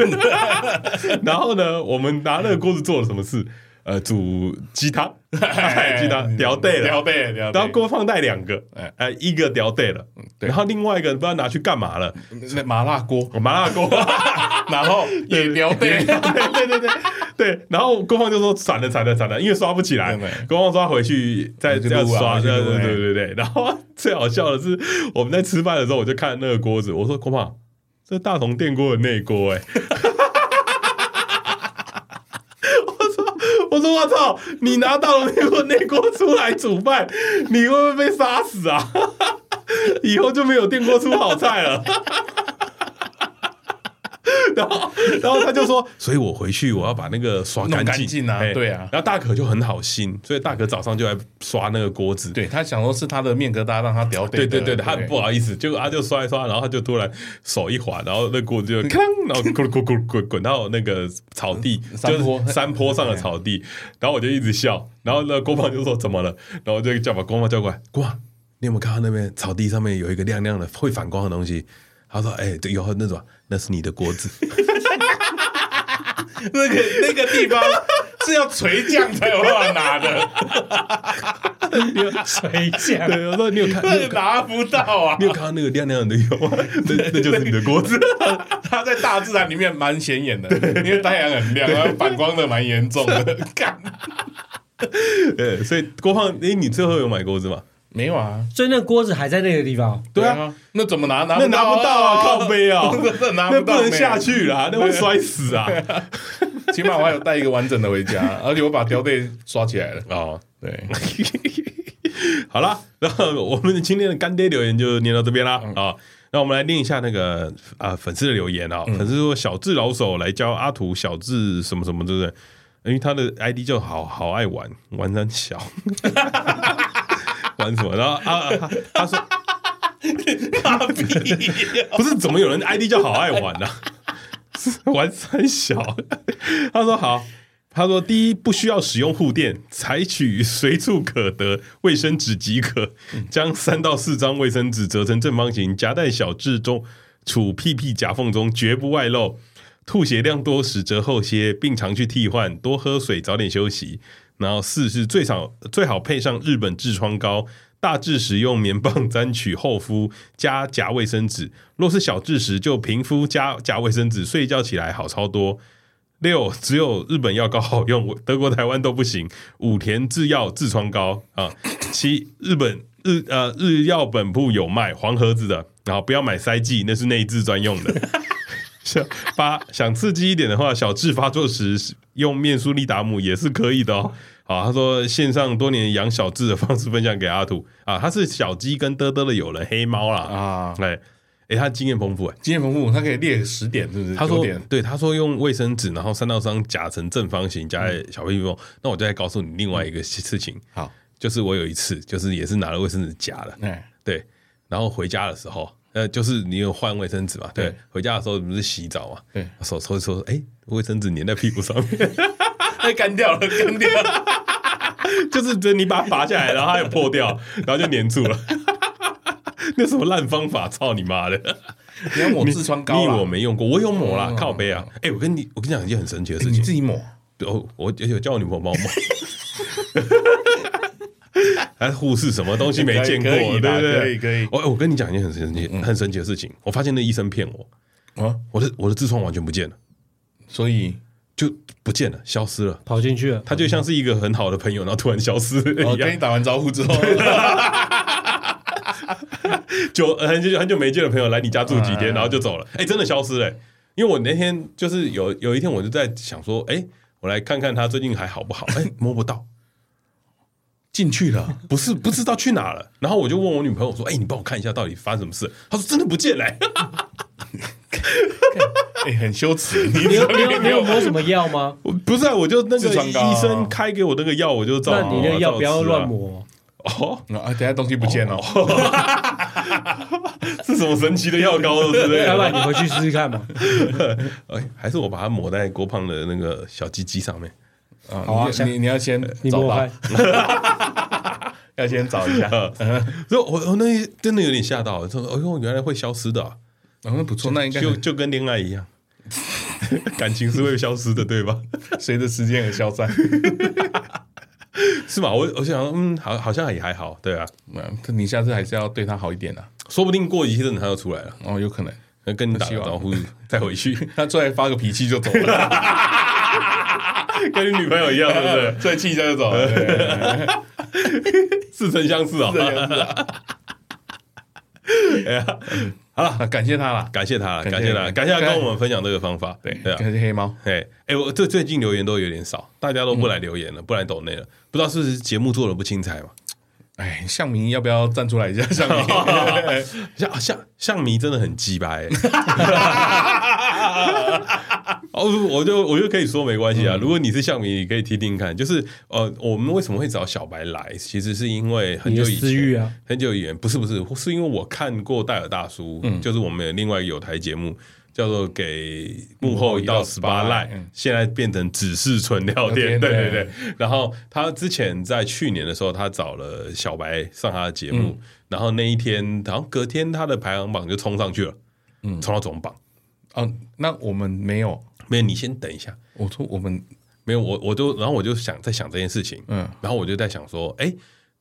[SPEAKER 1] [laughs] 然后呢，我们拿那个锅子做了什么事？呃，煮鸡
[SPEAKER 2] [laughs]
[SPEAKER 1] 汤，哎鸡汤，掉队了，
[SPEAKER 2] 聊背聊背。
[SPEAKER 1] 然后锅放带两个，哎
[SPEAKER 2] 哎、嗯
[SPEAKER 1] 一个掉对了，
[SPEAKER 2] 对
[SPEAKER 1] 然后另外一个不知道拿去干嘛了，
[SPEAKER 2] 那麻辣锅，
[SPEAKER 1] 麻辣锅，
[SPEAKER 2] 然后 [laughs] 也聊背。
[SPEAKER 1] 对对对对，然后郭放就说惨了惨了惨了，因为刷不起来
[SPEAKER 2] 对对，
[SPEAKER 1] 郭放说他回去再
[SPEAKER 2] 回去
[SPEAKER 1] 再
[SPEAKER 2] 录啊
[SPEAKER 1] 刷，
[SPEAKER 2] 回去
[SPEAKER 1] 对
[SPEAKER 2] 录
[SPEAKER 1] 对
[SPEAKER 2] 哎
[SPEAKER 1] 对对对，然后 [laughs] 最好笑的是我们在吃饭的时候，我就看那个锅子，我说郭胖，这是大同电锅的内锅哎。 [laughs] 我说我操！你拿大龙电锅内锅出来煮饭，你会不会被杀死啊？以后就没有电锅出好菜了。 [laughs] 然后，然后他就说，所以我回去我要把那个刷干
[SPEAKER 2] 弄干净啊
[SPEAKER 1] 哎
[SPEAKER 2] 对啊
[SPEAKER 1] 然后大可就很好心，所以大可早上就来刷那个锅子。
[SPEAKER 2] 对他想说是他的面疙瘩让他聊背
[SPEAKER 1] 对
[SPEAKER 2] 的。
[SPEAKER 1] 对对，他很不好意思，结果他就刷一刷，然后他就突然手一滑，然后那锅就哐，然后滚滚滚滚滚到那个草地，
[SPEAKER 2] 山
[SPEAKER 1] 就
[SPEAKER 2] 坡
[SPEAKER 1] 是嗯山坡上嗯的草地，然后我就一直笑，然后那郭胖就说怎么了，然后就叫把郭胖叫过来，郭胖，你有没有看到那边草地上面有一个亮亮的会反光的东西？他说：“哎、对，有那种，那是你的锅子。
[SPEAKER 2] 那个那个地方是要垂降才有办法拿 [laughs] 的，
[SPEAKER 3] 垂降，
[SPEAKER 1] [laughs] 对，我说：“你有看，你有看，
[SPEAKER 2] 拿不到啊
[SPEAKER 1] 你。有看到那个亮亮的有吗？那那就是你的锅 [laughs] 子。
[SPEAKER 2] 它在大自然里面蛮显眼的，因为太阳很亮，然后反光的蛮严重的。 [laughs] 干，
[SPEAKER 1] 对，所以郭胖，哎、你最后有买锅子吗？
[SPEAKER 2] 没有啊？
[SPEAKER 3] 所以那锅子还在那个地方。
[SPEAKER 2] 对啊，那怎么拿？拿
[SPEAKER 1] 那拿不到啊，靠！背
[SPEAKER 2] [laughs]
[SPEAKER 1] 啊，
[SPEAKER 2] 这拿
[SPEAKER 1] 那
[SPEAKER 2] 不
[SPEAKER 1] 不
[SPEAKER 2] 到，
[SPEAKER 1] 能下。去
[SPEAKER 2] [laughs]
[SPEAKER 1] 啦，那会摔死啊！
[SPEAKER 2] 起码我还有带一个完整的回家， [laughs] 而且我把雕队刷起来了。
[SPEAKER 1] 哦，
[SPEAKER 2] 对，
[SPEAKER 1] 好啦，然后我们今天的干爹留言就念到这边啦
[SPEAKER 2] 嗯
[SPEAKER 1] 啊。那我们来念一下那个啊、粉丝的留言啊，
[SPEAKER 2] 嗯
[SPEAKER 1] 粉丝说小智老手来教阿图小智什么什么，对不对？因为他的 ID 就好好爱玩玩三小， [laughs] 玩什么？然后啊，啊他他说 [laughs] 不是怎么有人 ID 叫好爱玩呢、啊 [laughs] 玩三小，他说好，他说第一不需要使用护垫，采取随处可得卫生纸即可，将三到四张卫生纸折成正方形，夹在小智中处屁屁夹缝中，绝不外露。吐血量多时折后些，并常去替换，多喝水，早点休息。然后四是最少最好配上日本痔疮膏，大致使用棉棒沾取厚敷，加夹卫生纸。若是小痔时，就平敷加夹卫生纸，睡觉起来好超多。六只有日本药膏好用，德国、台湾都不行。武田制药痔疮膏啊，七日本日呃日药本铺有卖黄盒子的，然后不要买塞剂，那是内痔专用的。 [laughs] 想八想刺激一点的话，小智发作时用面舒利达姆也是可以的哦。好，他说线上多年养小智的方式分享给阿土啊，他是小鸡跟嘚嘚的友人黑猫啦啊，
[SPEAKER 2] 啊，
[SPEAKER 1] 哎哎，他经验丰富哎。
[SPEAKER 2] 经验丰富，他可以列十点，是不是？
[SPEAKER 1] 他
[SPEAKER 2] 九
[SPEAKER 1] 说
[SPEAKER 2] 点，
[SPEAKER 1] 对，他说用卫生纸，然后三到三夹成正方形，夹在小屁屁缝。
[SPEAKER 2] 嗯
[SPEAKER 1] 那我再告诉你另外一个事情，
[SPEAKER 2] 好，
[SPEAKER 1] 就是我有一次，就是也是拿了卫生纸夹了，
[SPEAKER 2] 哎，
[SPEAKER 1] 对，然后回家的时候，呃，就是你有换卫生纸嘛？对，
[SPEAKER 2] 对
[SPEAKER 1] 回家的时候不是洗澡嘛？
[SPEAKER 2] 对，
[SPEAKER 1] 手搓一搓，哎，卫生纸粘在屁股上 [laughs] 面，
[SPEAKER 2] 哎，干掉了，干掉了，
[SPEAKER 1] 就是这你把它拔下来，然后它也破掉，
[SPEAKER 2] [laughs]
[SPEAKER 1] 然后就粘住了。 [laughs] 那什么烂方法，操你妈的！
[SPEAKER 2] [laughs] 你要抹痔疮膏
[SPEAKER 1] [laughs] 你以为
[SPEAKER 2] 啦
[SPEAKER 1] 我没用过，我有抹啦，
[SPEAKER 2] 嗯
[SPEAKER 1] 靠背啊！哎，我跟你，我跟你讲一件很神奇的
[SPEAKER 2] 哎
[SPEAKER 1] 事
[SPEAKER 2] 你
[SPEAKER 1] 情，
[SPEAKER 2] 自己抹，
[SPEAKER 1] 哦，我而且我叫我女朋友帮我抹。 [laughs] 还护士什么东西没见过，
[SPEAKER 2] 可以可以
[SPEAKER 1] 对
[SPEAKER 2] 啦
[SPEAKER 1] 不对？哦哎
[SPEAKER 2] 可以嗯可以
[SPEAKER 1] 我我跟你讲一件很神奇、很神奇的事情，我发现那医生骗我，
[SPEAKER 2] 啊，
[SPEAKER 1] 我的我的痔疮完全不见了，
[SPEAKER 2] 所以
[SPEAKER 1] 就不见了，消失了。
[SPEAKER 3] 跑进去了，
[SPEAKER 1] 他就像是一个很好的朋友，然后突然消失了一
[SPEAKER 2] 我哦跟你
[SPEAKER 1] 样。
[SPEAKER 2] 打完招呼之后，
[SPEAKER 1] 久很久很久没见的朋友来你家住几天，
[SPEAKER 2] 嗯
[SPEAKER 1] 然后就走了。哎，真的消失了、因为我那天就是有有一天我就在想说，哎，我来看看他最近还好不好？哎，摸不到，
[SPEAKER 2] 进去了，
[SPEAKER 1] 不是不知道去哪了，然后我就问我女朋友说：“哎、你帮我看一下到底发生什么事？”她说：“真的不见了、
[SPEAKER 2] [laughs]
[SPEAKER 1] [laughs]
[SPEAKER 2] 哎，很羞耻， [laughs] 你
[SPEAKER 3] 你有你有你有抹什么药吗？
[SPEAKER 1] 我不是、啊，我就那个
[SPEAKER 2] 痔疮膏啊
[SPEAKER 1] 医生开给我那个药，我就照。啊
[SPEAKER 3] 那你那个药不要乱
[SPEAKER 1] 抹
[SPEAKER 3] 抹，
[SPEAKER 1] 哦，
[SPEAKER 2] 啊，等一下东西不见了，
[SPEAKER 1] 是什么神奇的药膏之类
[SPEAKER 3] 要不然
[SPEAKER 1] 的？
[SPEAKER 3] 你回去试试看嘛。
[SPEAKER 1] 哎，还是我把它抹在郭胖的那个小鸡鸡上面。
[SPEAKER 3] 好啊
[SPEAKER 2] 啊，你
[SPEAKER 3] 下
[SPEAKER 2] 你你要先
[SPEAKER 3] 你
[SPEAKER 2] 找
[SPEAKER 3] 抹
[SPEAKER 2] 吧
[SPEAKER 3] 开，，
[SPEAKER 2] 要先找一 [laughs] 下，
[SPEAKER 1] 所以我我那天真的有点吓到，说：“哎呦，原来会消失的啊、
[SPEAKER 2] 然后不错，那应该
[SPEAKER 1] 就就跟恋爱一样， [laughs] 感情是会消失的，对吧？ [laughs]
[SPEAKER 2] 随着时间而消散。
[SPEAKER 1] 是吗？我我想，嗯，好，好像也还好，对啊，
[SPEAKER 2] 嗯，你下次还是要对他好一点啊，
[SPEAKER 1] 说不定过一阵子他就出来了，
[SPEAKER 2] 哦，有可能
[SPEAKER 1] 那跟你打个
[SPEAKER 2] 希望
[SPEAKER 1] 招呼再回去。”
[SPEAKER 2] 他出来发个 [laughs] 脾气就走了，
[SPEAKER 1] [laughs] 跟你女朋友一样，对不 [laughs] 对？
[SPEAKER 2] 出来气一下就走了，对对
[SPEAKER 1] [laughs]
[SPEAKER 2] 对
[SPEAKER 1] 似曾相识啊！
[SPEAKER 2] 这样子啊。
[SPEAKER 1] 哎呀，
[SPEAKER 2] 啊感谢他啦，
[SPEAKER 1] 感谢他，
[SPEAKER 2] 感
[SPEAKER 1] 感
[SPEAKER 2] 谢
[SPEAKER 1] 谢他，感谢他跟我们分享这个方法。对对啊，
[SPEAKER 2] 感谢黑猫，
[SPEAKER 1] 哎哎，我这最近留言都有点少，大家都不来留言了，不来抖内了，不知道是不是节目做的不精彩嘛？
[SPEAKER 2] 哎，向明要不要站出来一 [laughs] 下？向明， [laughs]
[SPEAKER 1] 像像像迷真的很鸡巴 [laughs] 哎！哦，我就我就可以说没关系啊。如果你是像迷，你可以听听看。就是呃，我们为什么会找小白来？其实是因为很
[SPEAKER 3] 你的
[SPEAKER 1] 久以
[SPEAKER 3] 私
[SPEAKER 1] 前，
[SPEAKER 3] 欲啊，
[SPEAKER 1] 很久以前，不是不是，是因为我看过戴尔大叔，就是我们有另外一个有台节目叫做《给幕后一道十八赖》
[SPEAKER 2] 嗯，
[SPEAKER 1] 现在变成只是纯聊天，
[SPEAKER 2] 聊天
[SPEAKER 1] 对对
[SPEAKER 2] 对
[SPEAKER 1] 对。然后他之前在去年的时候，他找了小白上他的节目，然后那一天，然后隔天他的排行榜就冲上去了，嗯，冲到总榜。
[SPEAKER 2] 哦，那我们没有，
[SPEAKER 1] 没有，你先等一下，
[SPEAKER 2] 我说我们
[SPEAKER 1] 没有我我就然后我就想在想这件事情，
[SPEAKER 2] 嗯
[SPEAKER 1] 然后我就在想说，哎、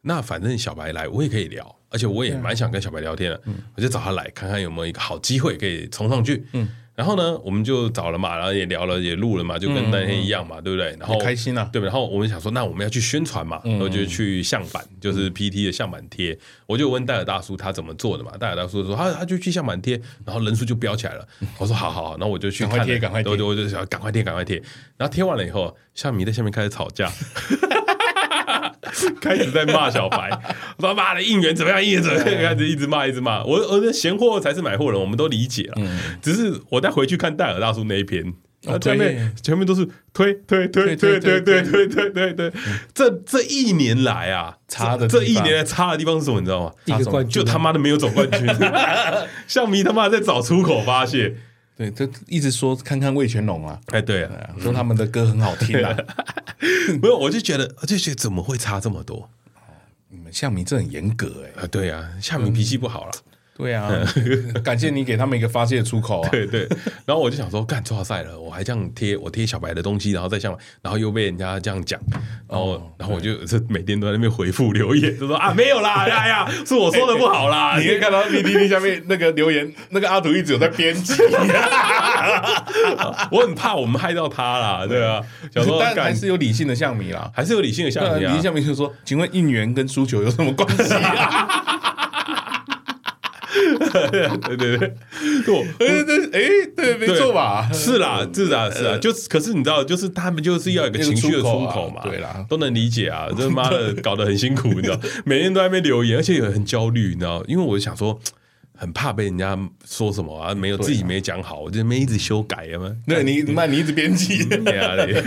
[SPEAKER 1] 那反正小白来，我也可以聊，而且我
[SPEAKER 2] 嗯
[SPEAKER 1] 也蛮想跟小白聊天的，我就找他来看看有没有一个好机会可以冲上去。嗯，然后呢，我们就找了嘛，然后也聊了，也录了嘛，就跟那天一样嘛，对不对？然后
[SPEAKER 2] 嗯也开心啊嗯
[SPEAKER 1] 对。然后我们想说，那我们要去宣传嘛，然后就去相板，就是 PT 的相板贴。我就问戴尔大叔他怎么做的嘛，戴尔大叔说他他就去相板贴，然后人数就飙起来了。我说好好好，那我就去
[SPEAKER 2] 赶快
[SPEAKER 1] 看
[SPEAKER 2] 贴
[SPEAKER 1] 了
[SPEAKER 2] 赶快贴
[SPEAKER 1] 我就我就想赶快贴，赶快贴。然后贴完了以后，夏米在下面开始吵
[SPEAKER 2] [laughs]
[SPEAKER 1] 架。开始在骂小白，我说妈的应援怎么样，应援怎么样，开始一直骂一直骂。我我的闲货才是买货人，我们都理解了。只是我再回去看戴尔大叔那一篇，
[SPEAKER 2] 嗯哦
[SPEAKER 1] 他前面前面都是推推推推
[SPEAKER 2] 推
[SPEAKER 1] 推
[SPEAKER 2] 推推
[SPEAKER 1] 推推推推推，这这一年来啊，
[SPEAKER 2] 差的
[SPEAKER 1] 这这
[SPEAKER 2] 地
[SPEAKER 1] 一
[SPEAKER 2] 方
[SPEAKER 1] 年来差的地方是什么？你知道吗？
[SPEAKER 3] 一个冠军
[SPEAKER 1] 就他妈的没有总冠
[SPEAKER 2] [laughs]
[SPEAKER 1] 军， [laughs] 像迷他妈在找出口发泄。
[SPEAKER 2] 对，就一直说看看魏全龙啊，
[SPEAKER 1] 哎，对啊
[SPEAKER 2] 对，啊说他们的歌很好听啊。
[SPEAKER 1] [laughs] 没有，我就觉得，我就觉得怎么会差这么多
[SPEAKER 2] [laughs] 你们向明这很严格哎，
[SPEAKER 1] 啊？对啊，夏明脾气不好了。
[SPEAKER 2] 对啊， [laughs] 感谢你给他们一个发泄出口啊。
[SPEAKER 1] 对对， [laughs] 然后我就想说，干抓赛了，我还这样贴，我贴小白的东西，然后再像，然后又被人家这样讲，然后、
[SPEAKER 2] 哦
[SPEAKER 1] 然后我就这每天都在那边回复留言，就说啊没有
[SPEAKER 2] [laughs]
[SPEAKER 1] 啦，哎呀，是我说的不好啦，
[SPEAKER 2] 啊你可以看到 P T T 下面那个留言， [laughs] 那个阿土一直有在编辑，
[SPEAKER 1] 我很怕我们害到他啦，对
[SPEAKER 2] [laughs]
[SPEAKER 1] 啊，想说
[SPEAKER 2] 但还
[SPEAKER 1] 干
[SPEAKER 2] [laughs] 是有理性的向米啦。
[SPEAKER 1] 还是有理性的
[SPEAKER 2] 那
[SPEAKER 1] 想你
[SPEAKER 2] 理性
[SPEAKER 1] 啊，
[SPEAKER 2] 向米就说：“请问应援跟输球有什么关系啊
[SPEAKER 1] [laughs] 对对 [laughs]
[SPEAKER 2] [laughs]
[SPEAKER 1] 对，我？”
[SPEAKER 2] 哎，对，哎，对，没
[SPEAKER 1] 对
[SPEAKER 2] 错吧？
[SPEAKER 1] 是
[SPEAKER 2] 呃
[SPEAKER 1] 啦，是啦，是啦，就是可是你知道，就是他们就是要有一个情绪的
[SPEAKER 2] 有
[SPEAKER 1] 出
[SPEAKER 2] 个出口
[SPEAKER 1] 口
[SPEAKER 2] 啊
[SPEAKER 1] 嘛，
[SPEAKER 2] 对啦
[SPEAKER 1] 都能理解
[SPEAKER 2] [laughs]
[SPEAKER 1] 啊。这妈的搞得很辛苦，你知道，每天都在那边留言，而且也很焦虑，你知道，因为我想说，很怕被人家说什么啊，没有自己没讲好，我就没一直修改有没有？
[SPEAKER 2] 啊那你那你一直编 [laughs] 辑，
[SPEAKER 1] 对啊对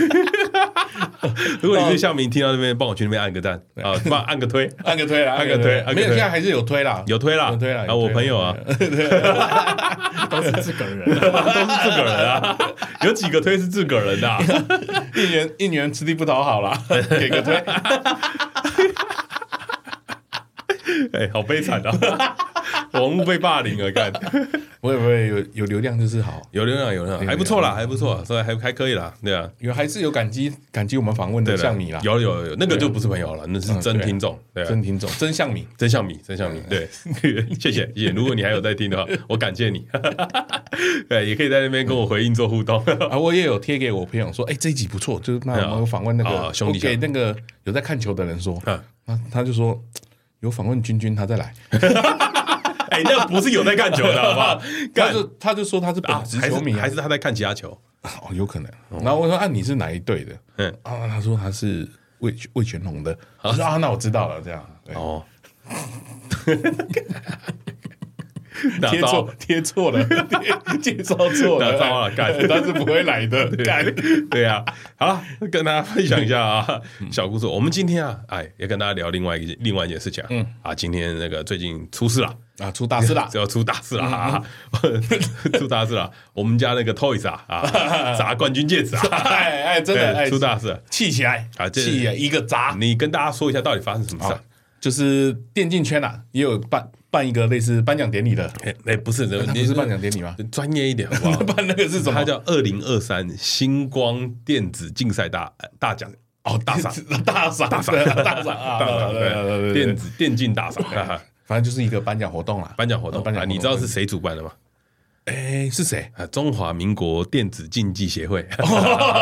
[SPEAKER 1] 如果你是乡民，听到这边，帮我去那边按个赞啊，帮我按个推，
[SPEAKER 2] 按个推啦，
[SPEAKER 1] 按个推按个推
[SPEAKER 2] 没有，现在还是有推啦，
[SPEAKER 1] 有推啦，
[SPEAKER 2] 有推啦有推啦
[SPEAKER 1] 啊，我朋友啊，
[SPEAKER 4] 都是自个儿
[SPEAKER 1] [laughs]
[SPEAKER 4] 人，
[SPEAKER 1] 都是自个人啊，有几个推是自个人的啊，
[SPEAKER 2] 应援应援吃力不讨好 [laughs] 啦，给个推，
[SPEAKER 1] 哎，好悲惨啊， [laughs] 网络被霸凌了，干，
[SPEAKER 2] 不会不会有有流量就是好，
[SPEAKER 1] 有流量有流量，还不错啦，还不错，所以还还可以啦，对啊，
[SPEAKER 2] 有还是有感激感激我们访问
[SPEAKER 1] 对
[SPEAKER 2] 的
[SPEAKER 1] 啦
[SPEAKER 2] 像你啦，啊
[SPEAKER 1] 有有有，那个就不是朋友了，那是
[SPEAKER 2] 嗯
[SPEAKER 1] 真
[SPEAKER 2] 对啊
[SPEAKER 1] 听众，对啊，
[SPEAKER 2] 真嗯听众真像你，
[SPEAKER 1] 真像米，真像米，对，谢谢谢谢。如果你还有在听的话，我感谢你。 [laughs] 对，也可以在那边跟我回应做互动。 [laughs]
[SPEAKER 2] 啊，我也有贴给我朋友说，哎、这一集不错，就是那
[SPEAKER 1] 对啊
[SPEAKER 2] 我们访问那个、
[SPEAKER 1] 啊兄弟
[SPEAKER 2] 我给
[SPEAKER 1] 像
[SPEAKER 2] 那个有在看球的人说，
[SPEAKER 1] 嗯
[SPEAKER 2] 那他就说有访问君君，他再来，
[SPEAKER 1] 哎，那不是有在看球的好不
[SPEAKER 2] [laughs]
[SPEAKER 1] 好？
[SPEAKER 2] 他
[SPEAKER 1] 干
[SPEAKER 2] 就他就说他是
[SPEAKER 1] 啊
[SPEAKER 2] 本职，
[SPEAKER 1] 还
[SPEAKER 2] 球迷
[SPEAKER 1] 是
[SPEAKER 2] 啊、
[SPEAKER 1] 还是他在看其他球？
[SPEAKER 2] 哦，有可能。然后我说啊，你是哪一队的？
[SPEAKER 1] 嗯，
[SPEAKER 2] 啊，他说他是魏魏全龙的，我说啊，那我知道了，这样
[SPEAKER 1] [laughs]
[SPEAKER 2] 对
[SPEAKER 1] 哦，
[SPEAKER 2] 贴
[SPEAKER 1] 打招
[SPEAKER 2] 错
[SPEAKER 1] 呼
[SPEAKER 2] 贴错了，
[SPEAKER 1] [laughs]
[SPEAKER 2] 介介绍错
[SPEAKER 1] 打
[SPEAKER 2] 了，
[SPEAKER 1] 招呼了干
[SPEAKER 2] 哎他是不会来的，干。嗯
[SPEAKER 1] 对呀、啊，好了，跟大家分享一下啊，小故事。我们今天啊，哎，要跟大家聊另外一件另外一件事情啊，啊，今天那个最近出事了。
[SPEAKER 2] 啊，嗯出大事嗯啦！
[SPEAKER 1] 就要出大事啦！啊 [laughs] 出大事啦！我们家那个 Toys 啊，
[SPEAKER 2] [laughs]
[SPEAKER 1] 啊砸冠军戒指啊，
[SPEAKER 2] 哎哎，真的
[SPEAKER 1] 对
[SPEAKER 2] 哎，
[SPEAKER 1] 出大事了！
[SPEAKER 2] 气起来
[SPEAKER 1] 啊这
[SPEAKER 2] 气啊一个砸，
[SPEAKER 1] 你跟大家说一下到底发生什么事啊
[SPEAKER 2] 啊？，就是电竞圈啊，也有办办一个类似颁奖典礼的，
[SPEAKER 1] 哎哎，不是，
[SPEAKER 2] 那
[SPEAKER 1] 你
[SPEAKER 2] 不是颁奖
[SPEAKER 1] [laughs]
[SPEAKER 2] 典礼吗？
[SPEAKER 1] 专业一点好不
[SPEAKER 2] [laughs]
[SPEAKER 1] 好？
[SPEAKER 2] 办那个是什
[SPEAKER 1] 它
[SPEAKER 2] 么？
[SPEAKER 1] 叫二零二三星光电子竞赛大大奖
[SPEAKER 2] 哦，大傻， [laughs] 大傻，大傻， [laughs] 大傻
[SPEAKER 1] [laughs]
[SPEAKER 2] 啊！
[SPEAKER 1] 大赏，
[SPEAKER 2] 对对对
[SPEAKER 1] 对，
[SPEAKER 2] 对
[SPEAKER 1] 电
[SPEAKER 2] 对，
[SPEAKER 1] 子电竞大赏，哈哈
[SPEAKER 2] 反正就是一个颁奖活动啦。
[SPEAKER 1] 颁奖活动
[SPEAKER 2] 颁奖
[SPEAKER 1] 啊！
[SPEAKER 2] 活动
[SPEAKER 1] 你知道是谁主办的吗？
[SPEAKER 2] 哎
[SPEAKER 1] [laughs]
[SPEAKER 2] 是谁？
[SPEAKER 1] 啊，中华民国电子竞技协会，
[SPEAKER 2] 对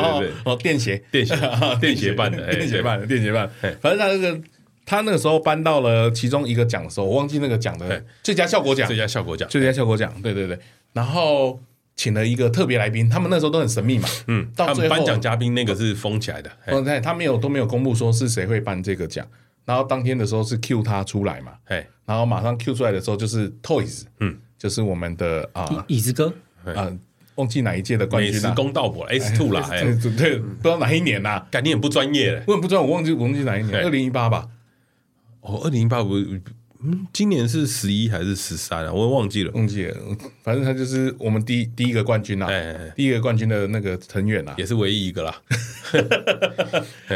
[SPEAKER 1] 对对
[SPEAKER 2] 哦，电协，
[SPEAKER 1] 哦电协 [laughs] 电协办的，哎
[SPEAKER 2] 电协，办的，电协办
[SPEAKER 1] 哎。
[SPEAKER 2] 反正他那个他那个时候颁到了其中一个奖的时候，我忘记那个奖
[SPEAKER 1] 哎
[SPEAKER 2] 的最佳效果
[SPEAKER 1] 对
[SPEAKER 2] 奖
[SPEAKER 1] 最，佳效果奖，
[SPEAKER 2] 最佳效果奖，对对对。然后请了一个特别来宾，他们那时候都很神秘嘛，
[SPEAKER 1] 嗯，
[SPEAKER 2] 到
[SPEAKER 1] 他
[SPEAKER 2] 最
[SPEAKER 1] 们
[SPEAKER 2] 后
[SPEAKER 1] 颁奖嘉宾那个是封起来的，哎
[SPEAKER 2] 嗯，对，他没有都没有公布说是谁会颁这个奖。然后当天的时候是 Q 他出来嘛，
[SPEAKER 1] 哎，
[SPEAKER 2] 然后马上 Q 出来的时候就是 Toys，
[SPEAKER 1] 嗯，
[SPEAKER 2] 就是我们的啊啊、
[SPEAKER 3] 椅子哥，
[SPEAKER 2] 忘记哪一届的冠
[SPEAKER 1] 美
[SPEAKER 2] 军
[SPEAKER 1] 食
[SPEAKER 2] 了、啊，
[SPEAKER 1] 公道博 S Two 啦，哎
[SPEAKER 2] 对，对对，不知道哪一年啦、啊
[SPEAKER 1] 感觉很不专业嘞。
[SPEAKER 2] 我也不知道，我忘记我忘记哪一年，
[SPEAKER 1] 对
[SPEAKER 2] 二零一八吧，
[SPEAKER 1] 哦，二零一八不，嗯，今年是十一还是十三啊？我忘记了。
[SPEAKER 2] 忘记了，反正他就是我们第第一个冠军啦、
[SPEAKER 1] 哎哎，哎
[SPEAKER 2] 第一个冠军的那个成员啦、
[SPEAKER 1] 也是唯一一个啦。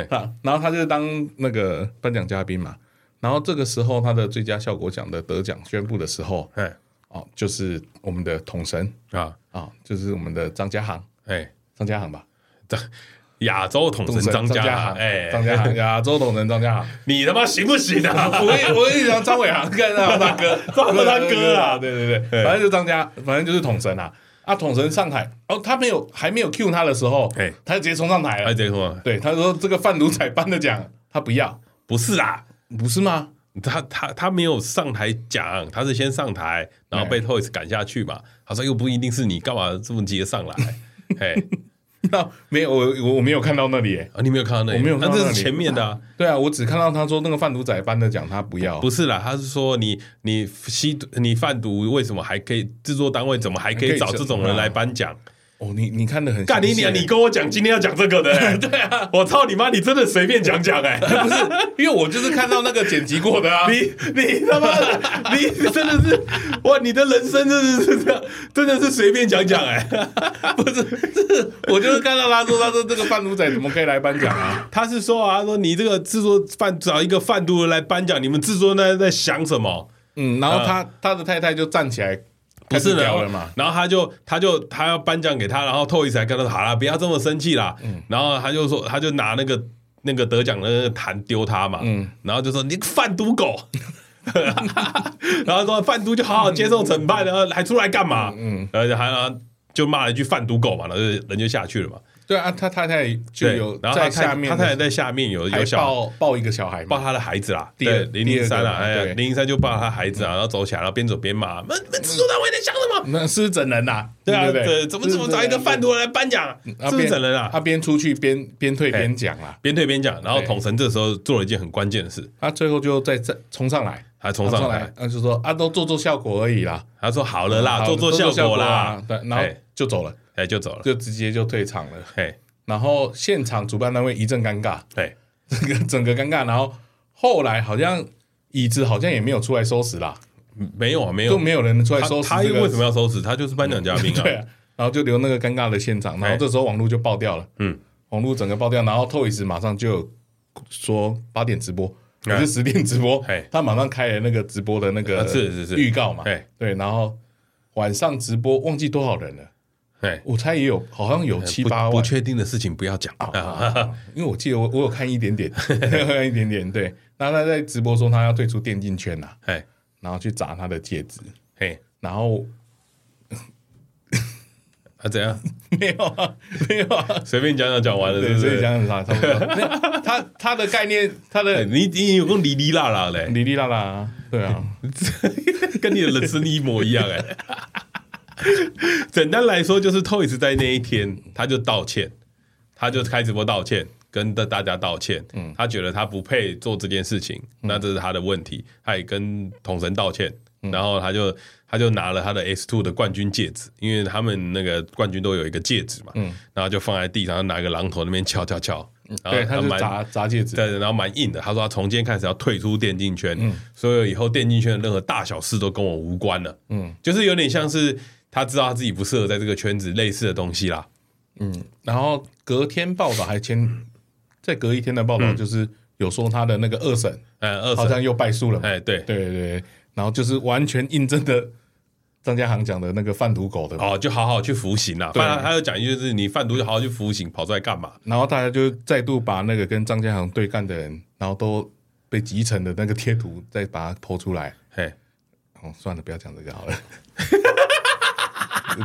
[SPEAKER 2] 啊，然后他就当那个颁奖嘉宾嘛，然后这个时候他的最佳效果奖的得奖宣布的时候，
[SPEAKER 1] 哎
[SPEAKER 2] 哦，就是我们的统神
[SPEAKER 1] 啊，
[SPEAKER 2] 啊、就是我们的张家航，
[SPEAKER 1] 哎，
[SPEAKER 2] 张家航吧，
[SPEAKER 1] 亚洲统神张
[SPEAKER 2] 家
[SPEAKER 1] 家，哎
[SPEAKER 2] 哎，，张家航，
[SPEAKER 1] [laughs]
[SPEAKER 2] 亚洲统神张家航，
[SPEAKER 1] 你他妈行不行啊？ [laughs]
[SPEAKER 2] 我也我也想张伟航跟啊大哥，
[SPEAKER 1] 张伟航哥啊
[SPEAKER 2] 对对对，反正就张家，反正就是统神啊，啊，统神上台，哦，他没有还没有 Q 他的时候，
[SPEAKER 1] 哎
[SPEAKER 2] 他就直接冲上台
[SPEAKER 1] 哎，
[SPEAKER 2] 了，
[SPEAKER 1] 这个什么？
[SPEAKER 2] 对，他说这个贩奴才颁的奖他不要，
[SPEAKER 1] 不是啦，
[SPEAKER 2] 不是吗？ [laughs]
[SPEAKER 1] 他他他没有上台讲，他是先上台，然后被 Toys 赶下去嘛。他说又不一定是你，干嘛这么接 [laughs] 上来？哎，
[SPEAKER 2] 那没有，我我我没有看到那里、欸。
[SPEAKER 1] 啊，你没有看到那里？
[SPEAKER 2] 我没有看到
[SPEAKER 1] 那这
[SPEAKER 2] 那
[SPEAKER 1] 是
[SPEAKER 2] 里
[SPEAKER 1] 前面的啊。
[SPEAKER 2] 对啊，我只看到他说那个贩毒仔班的讲他不要，
[SPEAKER 1] 不是啦，他是说你你吸毒你贩毒为什么还可以？制作单位怎么还可以找这种人来颁奖？
[SPEAKER 2] 哦，你你看的
[SPEAKER 1] [laughs]
[SPEAKER 2] 很
[SPEAKER 1] 干你
[SPEAKER 2] 详细
[SPEAKER 1] 娘！
[SPEAKER 2] 欸
[SPEAKER 1] 你跟我讲今天要讲这个的、欸， [laughs] 对啊，我操你妈！你真的随便讲讲 [laughs] 哎，
[SPEAKER 2] 不是，因为我就是看到那个剪辑过的啊。
[SPEAKER 1] [laughs] 你你他妈的，你真的是哇！你的人生真的是这样，真的是随便讲讲哎、 [laughs] 不是，
[SPEAKER 2] 我就是看到他说他说这个贩毒仔怎么可以来颁奖
[SPEAKER 1] [laughs]
[SPEAKER 2] 啊？
[SPEAKER 1] 他是说啊，他说你这个制作贩找一个贩毒人来颁奖，你们制作那在想什么？
[SPEAKER 2] 嗯，然后他、他的太太就站起来
[SPEAKER 1] 不
[SPEAKER 2] 开
[SPEAKER 1] 是
[SPEAKER 2] 始
[SPEAKER 1] 呢
[SPEAKER 2] 聊了嘛？？
[SPEAKER 1] 然后他就他就他要颁奖给他，然后透一才跟他说：“好啦，不要这么生气啦。
[SPEAKER 2] 嗯
[SPEAKER 1] 然后他就说，他就拿那个那个得奖的那个坛丢他嘛，
[SPEAKER 2] 嗯
[SPEAKER 1] 然后就说：“你个贩毒狗。” [laughs] 然后说贩毒就好好接受惩
[SPEAKER 2] 嗯
[SPEAKER 1] 办，然后还出来干嘛？嗯，然后就还然后就骂了一句贩毒狗嘛，然后就人就下去了嘛。
[SPEAKER 2] 对啊，他太太就
[SPEAKER 1] 对
[SPEAKER 2] 有
[SPEAKER 1] 然后他
[SPEAKER 2] 在
[SPEAKER 1] 太
[SPEAKER 2] 下面
[SPEAKER 1] 他
[SPEAKER 2] 的，
[SPEAKER 1] 太太在下面有有
[SPEAKER 2] 还
[SPEAKER 1] 小
[SPEAKER 2] 抱抱一个小孩
[SPEAKER 1] 抱
[SPEAKER 2] 嘛，
[SPEAKER 1] 他的孩子啦，
[SPEAKER 2] 第二
[SPEAKER 1] 对零零三啦，
[SPEAKER 2] 第二
[SPEAKER 1] 哎，
[SPEAKER 2] 个嘛对嗯
[SPEAKER 1] 零零三就抱他孩子啊，然后走起来，然后边走边骂，们们制作单位在想什么？
[SPEAKER 2] 那是不是整人呐？
[SPEAKER 1] 对啊，
[SPEAKER 2] 不嗯对
[SPEAKER 1] 这怎么怎么找一个贩
[SPEAKER 2] 毒？
[SPEAKER 1] 毒人来颁奖？是不是整人
[SPEAKER 2] 他
[SPEAKER 1] 啊？
[SPEAKER 2] 啊边出去边边退边讲啊啦，
[SPEAKER 1] 边退边讲，然后
[SPEAKER 2] 对
[SPEAKER 1] 统神这时候做了一件很关键的事，
[SPEAKER 2] 他最后就再再冲上来，
[SPEAKER 1] 他冲上来
[SPEAKER 2] 来，，他就说啊，都做做效果而已啦，
[SPEAKER 1] 他说好了啦，
[SPEAKER 2] 好
[SPEAKER 1] 啊做
[SPEAKER 2] 做
[SPEAKER 1] 效
[SPEAKER 2] 果啊
[SPEAKER 1] 啦，
[SPEAKER 2] 对，然后
[SPEAKER 1] 哎
[SPEAKER 2] 就走了，
[SPEAKER 1] 哎就走了，
[SPEAKER 2] 就直接就退场了。
[SPEAKER 1] 哎
[SPEAKER 2] 然后现场主办单位一阵尴尬， [laughs]
[SPEAKER 1] 哎
[SPEAKER 2] 整个整个尴尬，然后后来好像椅子好像也没有出来收拾啦，
[SPEAKER 1] 没有啊没有
[SPEAKER 2] 就，没有人出来
[SPEAKER 1] 他
[SPEAKER 2] 收拾
[SPEAKER 1] 他
[SPEAKER 2] 这个
[SPEAKER 1] 为什么要收拾？他就是颁奖嘉宾啊
[SPEAKER 2] [laughs] 对、，啊，然后就留那个尴尬的现场，然
[SPEAKER 1] 哎
[SPEAKER 2] 后这时候网络就爆掉了，
[SPEAKER 1] 嗯，
[SPEAKER 2] 网络整个爆掉，然后 Toys 马上就有说八点直播，
[SPEAKER 1] 哎
[SPEAKER 2] 也是十点直播
[SPEAKER 1] 哎，
[SPEAKER 2] 他马上开了那个直播的那
[SPEAKER 1] 啊
[SPEAKER 2] 个
[SPEAKER 1] 是是是
[SPEAKER 2] 预告嘛
[SPEAKER 1] 哎，
[SPEAKER 2] 对，然后晚上直播忘记多少人了，
[SPEAKER 1] 哎
[SPEAKER 2] 我猜也有好像有七
[SPEAKER 1] 不
[SPEAKER 2] 八
[SPEAKER 1] 不
[SPEAKER 2] 万，
[SPEAKER 1] 确定的事情不要讲啊，
[SPEAKER 2] [laughs] 因为我记得我我有看一点 [laughs] 点，看一点点，对，那他在直播说他要退出电竞圈呐，
[SPEAKER 1] 哎
[SPEAKER 2] 然后去砸他的戒指，
[SPEAKER 1] 哎
[SPEAKER 2] 然后 [laughs]
[SPEAKER 1] 啊怎样？
[SPEAKER 2] 没有啊，没有啊。
[SPEAKER 1] 随便讲讲讲完了，是
[SPEAKER 2] 对，
[SPEAKER 1] 不
[SPEAKER 2] 所以
[SPEAKER 1] 是？
[SPEAKER 2] 讲很差差不多。
[SPEAKER 1] [laughs]
[SPEAKER 2] 那他他的概念，他
[SPEAKER 1] 哎
[SPEAKER 2] 的
[SPEAKER 1] 你你有个哩哩啦啦嘞，
[SPEAKER 2] 哩哩啦啦，
[SPEAKER 1] [laughs]
[SPEAKER 2] 对啊，
[SPEAKER 1] 跟你的人生一模一样哎、简单来说，就是 Toys 在那一天，他就道歉，他就开直播道歉，跟大大家道歉。嗯，他觉得他不配做这件事情，
[SPEAKER 2] 嗯
[SPEAKER 1] 那这是他的问题。他也跟统神道歉，
[SPEAKER 2] 嗯
[SPEAKER 1] 然后他就他就拿了他的 S Two 的冠军戒指，因为他们那个冠军都有一个戒指嘛，
[SPEAKER 2] 嗯
[SPEAKER 1] 然后就放在地上，拿个榔头那边敲敲敲，然后
[SPEAKER 2] 对，他就
[SPEAKER 1] 啊蛮
[SPEAKER 2] 砸砸戒指，
[SPEAKER 1] 对，然后蛮硬的。他说他从今天开始要退出电竞圈，
[SPEAKER 2] 嗯
[SPEAKER 1] 所有以后电竞圈的任何大小事都跟我无关了。嗯，就是有点像是他知道他自己不适合在这个圈子类似的东西啦。
[SPEAKER 2] 然后隔天报道还签，再隔一天的报道就是有说他的那个二审
[SPEAKER 1] 呃，嗯二
[SPEAKER 2] 好
[SPEAKER 1] 审，
[SPEAKER 2] 像又败诉了嘛，
[SPEAKER 1] 哎，对，
[SPEAKER 2] 对对对，然后就是完全印证的张家航讲的那个贩毒狗的，
[SPEAKER 1] 哦，就好好去服刑啦。
[SPEAKER 2] 对
[SPEAKER 1] 反正他有讲一句，就是你贩毒就好好去服刑，跑出来干嘛？
[SPEAKER 2] 然后大家就再度把那个跟张家航对干的人，然后都被集成的那个贴图再把它剖出来，
[SPEAKER 1] 嘿，
[SPEAKER 2] 哦，算了，不要讲这个好了。 [laughs]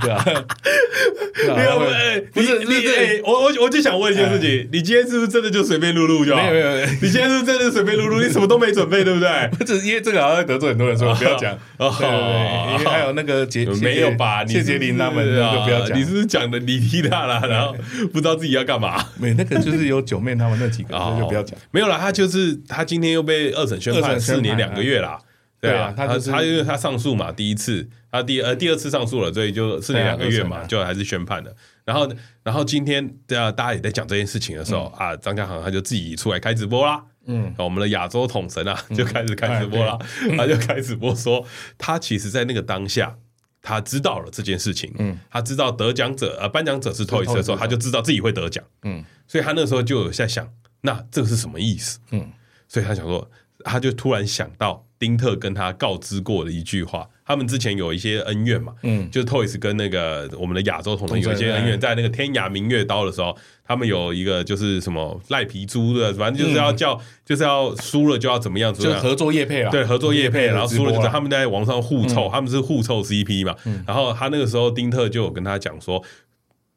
[SPEAKER 2] 对啊，
[SPEAKER 1] 没
[SPEAKER 2] 没
[SPEAKER 1] 有，哎
[SPEAKER 2] 不是
[SPEAKER 1] 你
[SPEAKER 2] 不是哎
[SPEAKER 1] 你哎我我我就想问一件事情，你今天是不是真的就随便录录就好？
[SPEAKER 2] 没有没有没有
[SPEAKER 1] 你今天是不是真的随便录录，你什么都没准备，对不对？
[SPEAKER 2] 不是因为这个好像得罪很多人，所以我不要讲。
[SPEAKER 1] 哦
[SPEAKER 2] 对对对，因为还有那个杰
[SPEAKER 1] 没有吧？你
[SPEAKER 2] 谢
[SPEAKER 1] 是
[SPEAKER 2] 杰林他们
[SPEAKER 1] 不是啊
[SPEAKER 2] 就不要讲。哎
[SPEAKER 1] 你是不是讲的你踢他啦，然后不知道自己要干嘛
[SPEAKER 2] 没那个就是有九妹他们那几个，所以就不要讲
[SPEAKER 1] 哦。没有啦，他就是他今天又被二审宣
[SPEAKER 2] 二
[SPEAKER 1] 判
[SPEAKER 2] 审宣判
[SPEAKER 1] 四年两个月啦。
[SPEAKER 2] 对
[SPEAKER 1] 啊
[SPEAKER 2] 啊，
[SPEAKER 1] 他
[SPEAKER 2] 他就是
[SPEAKER 1] 他因为他上诉嘛，第一次，他第呃第二次上诉了，所以就四年两个月嘛，
[SPEAKER 2] 对啊二审啊
[SPEAKER 1] 就还是宣判的。然后然后今天对啊，大家也在讲这件事情的时候、
[SPEAKER 2] 嗯
[SPEAKER 1] 啊，张家航他就自己出来开直播啦。嗯，我们的亚洲统神啊，
[SPEAKER 2] 嗯
[SPEAKER 1] 就开始开直播啦，
[SPEAKER 2] 哎
[SPEAKER 1] 他就开直播说，他其实，在那个当下，他知道了这件事情，嗯，他知道得奖者呃颁奖者是 Toys 的时候，他就知道自己会得奖，嗯，所以他那时候就有在想，那这个是什么意思？嗯，所以他想说，他就突然想到丁特跟他告知过的一句话，他们之前有一些恩怨嘛，嗯，就是 Toys 跟那个我们的亚洲同仁有一些恩怨，在那个天涯明月刀的时候，他们有一个就是什么赖皮猪的，反正就是要叫，就是要输了就要怎么样，怎么
[SPEAKER 2] 就
[SPEAKER 1] 样
[SPEAKER 2] 合作业配啦，
[SPEAKER 1] 对，合作业配，啊然后
[SPEAKER 2] 直
[SPEAKER 1] 输
[SPEAKER 2] 播啊
[SPEAKER 1] 了
[SPEAKER 2] 啦
[SPEAKER 1] 就是他们在网上互凑，他们是互凑 CP 嘛。然后他那个时候丁特就有跟他讲说，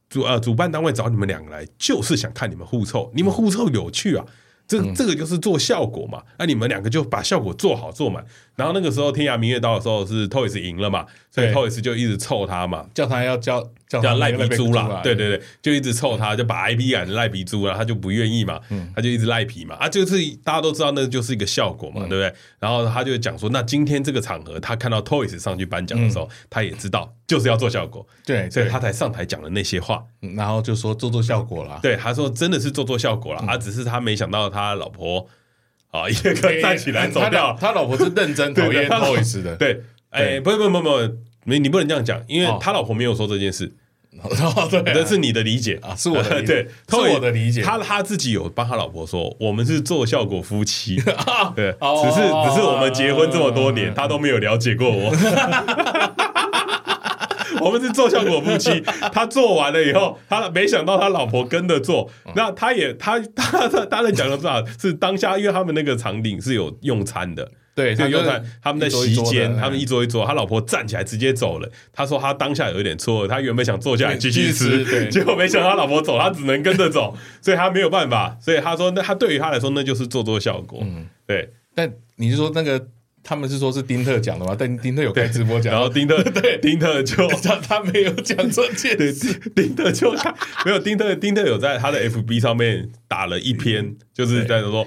[SPEAKER 1] 主呃主办单位找你们两个来，就是想看你们互凑，你们互凑有趣啊。这这个就是做效果嘛，那、你们两个就把效果做好做满。然后那个时候天涯明月刀的时候是 Toys 赢了嘛，所以
[SPEAKER 2] 对
[SPEAKER 1] Toys 就一直凑他嘛，
[SPEAKER 2] 叫他要叫叫哦他
[SPEAKER 1] 叫赖皮猪啦
[SPEAKER 2] 来，
[SPEAKER 1] 对对对，就一直凑他，就把 IP 改成赖皮猪啦，他就不愿意嘛，
[SPEAKER 2] 嗯
[SPEAKER 1] 他就一直赖皮嘛，啊，就是大家都知道那就是一个效果
[SPEAKER 2] 嗯
[SPEAKER 1] 嘛，对不对？然后他就讲说，那今天这个场合，他看到 Toys 上去颁奖的时候，他也知道就是要做效果，
[SPEAKER 2] 嗯哎对，
[SPEAKER 1] 所
[SPEAKER 2] 所
[SPEAKER 1] 以
[SPEAKER 2] 以
[SPEAKER 1] 他
[SPEAKER 2] 他
[SPEAKER 1] 才上台讲了那些话。
[SPEAKER 2] 然后就说做做效果啦，
[SPEAKER 1] 对，他说真的是做做效
[SPEAKER 2] 嗯
[SPEAKER 1] 果了，啊，只是他没想到他老婆啊，一个个站起来走
[SPEAKER 2] 他
[SPEAKER 1] 掉
[SPEAKER 2] 老
[SPEAKER 1] 了，
[SPEAKER 2] 哎他老婆是认真
[SPEAKER 1] [laughs]
[SPEAKER 2] 讨
[SPEAKER 1] 对
[SPEAKER 2] 厌
[SPEAKER 1] 他老
[SPEAKER 2] Toys
[SPEAKER 1] [laughs]
[SPEAKER 2] 的，
[SPEAKER 1] 对，哎，不不不不，你你不能这样讲，因为
[SPEAKER 2] 哦
[SPEAKER 1] 他老婆没有说这件事，
[SPEAKER 2] 然后对啊，
[SPEAKER 1] 这是你的理解
[SPEAKER 2] 啊，是我 [laughs]
[SPEAKER 1] [laughs]
[SPEAKER 2] 的理
[SPEAKER 1] 对
[SPEAKER 2] 解，，是我的理解。
[SPEAKER 1] 他他自己有帮他老婆说，我们是做效果夫
[SPEAKER 2] [laughs]
[SPEAKER 1] 妻，对，
[SPEAKER 2] 哦
[SPEAKER 1] 只是只是我们结婚这么多年，
[SPEAKER 2] 嗯
[SPEAKER 1] 他都没有了解过我。 [laughs] 我们是做效果夫妻，他做完了以后，他没想到他老婆跟着做，
[SPEAKER 2] 嗯
[SPEAKER 1] 那他也他他他他在讲的是啊，是当下，因为他们那个场景是有用餐的，
[SPEAKER 2] 对
[SPEAKER 1] 他
[SPEAKER 2] 就
[SPEAKER 1] 就
[SPEAKER 2] 有
[SPEAKER 1] 看
[SPEAKER 2] 点
[SPEAKER 1] 他们在
[SPEAKER 2] 一桌一
[SPEAKER 1] 席
[SPEAKER 2] 桌的
[SPEAKER 1] 间，
[SPEAKER 2] 哎
[SPEAKER 1] 他们一桌一桌，他老婆站起来直接走了。他说他当下有一点错愕，他原本想坐下来继续
[SPEAKER 2] 继续吃对
[SPEAKER 1] 吃， [laughs] 结果没想到他老婆走，他只能跟着走，所以他没有办法。所以他说，那他对于他来说，那就是做做效果。
[SPEAKER 2] 嗯
[SPEAKER 1] 对，
[SPEAKER 2] 但你是说那个他们是说是丁特讲的吗？但丁特有开直播讲，
[SPEAKER 1] 然后丁特，丁特
[SPEAKER 2] [laughs]
[SPEAKER 1] 就
[SPEAKER 2] 他 [laughs] 他没有讲这件
[SPEAKER 1] 对，
[SPEAKER 2] 事。
[SPEAKER 1] 丁 [laughs] 丁特就看没有丁特，丁特有在他的 FB 上面打了一篇，就是在说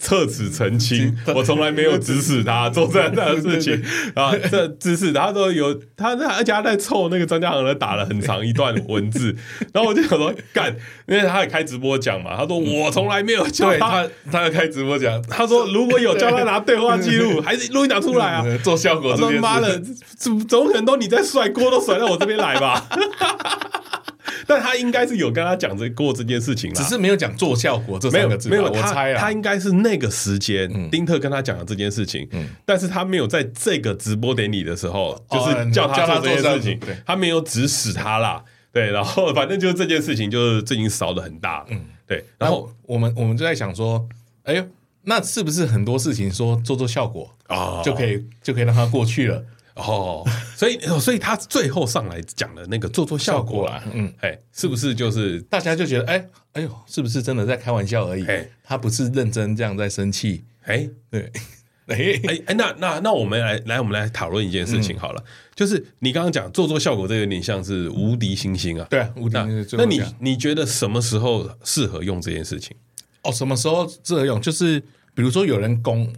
[SPEAKER 1] 撤此澄清，我从来没有指使他做这样的事情啊，这指使他说有他在，而且他在凑那个张家航的打了很长一段文字，然后我就想说干，因为他也开直播讲嘛，他说我从来没有叫
[SPEAKER 2] 对
[SPEAKER 1] 嗯他，
[SPEAKER 2] 他，他要开直播讲，
[SPEAKER 1] 他说如果有叫他拿对话记录，还是录音档出来啊，
[SPEAKER 2] 做效果
[SPEAKER 1] 我
[SPEAKER 2] 这
[SPEAKER 1] 说
[SPEAKER 2] 件事。
[SPEAKER 1] 妈 [laughs] 的，怎怎么可能都你在甩锅都甩到我这边来吧？ [laughs] 但他应该是有跟他讲这过这件事情啦，
[SPEAKER 2] 只是没有讲做效果这
[SPEAKER 1] 啊没有
[SPEAKER 2] 三个字吧，
[SPEAKER 1] 没有，
[SPEAKER 2] 我
[SPEAKER 1] 他
[SPEAKER 2] 猜啊
[SPEAKER 1] 他，应该是那个时间、丁特跟他讲的这件事情，但是他没有在这个直播典礼的时候，就是哦嗯叫
[SPEAKER 2] 叫他
[SPEAKER 1] 他做这件
[SPEAKER 2] 做这
[SPEAKER 1] 事情
[SPEAKER 2] 样对，
[SPEAKER 1] 他没有指使他啦，对，然后反正就是这件事情就是最近烧的很大了，对，然
[SPEAKER 2] 然
[SPEAKER 1] 后
[SPEAKER 2] 后我们我们就在想说，哎呦，那是不是很多事情说做做效果
[SPEAKER 1] 哦
[SPEAKER 2] 就可以就可以让它过去了？
[SPEAKER 1] 哦，所以所以他最后上来讲的那个做做效果啦，嗯，哎，是不是就是
[SPEAKER 2] 大家就觉得，哎哎呦，是不是真的在开玩笑而已
[SPEAKER 1] 哎？
[SPEAKER 2] 他不是认真这样在生气，
[SPEAKER 1] 哎？
[SPEAKER 2] 对， [laughs] 哎
[SPEAKER 1] 哎哎，那那那我们来来，我们来讨论一件事
[SPEAKER 2] 嗯
[SPEAKER 1] 情好了，就是你刚刚讲做做效果，这个有点像是无敌星星啊。
[SPEAKER 2] 对啊，无敌
[SPEAKER 1] 那
[SPEAKER 2] 那个最
[SPEAKER 1] 那
[SPEAKER 2] 后
[SPEAKER 1] 你
[SPEAKER 2] 讲
[SPEAKER 1] 你觉得什么时候适合用这件事情？
[SPEAKER 2] 哦，什么时候这用？就是比如说有人拱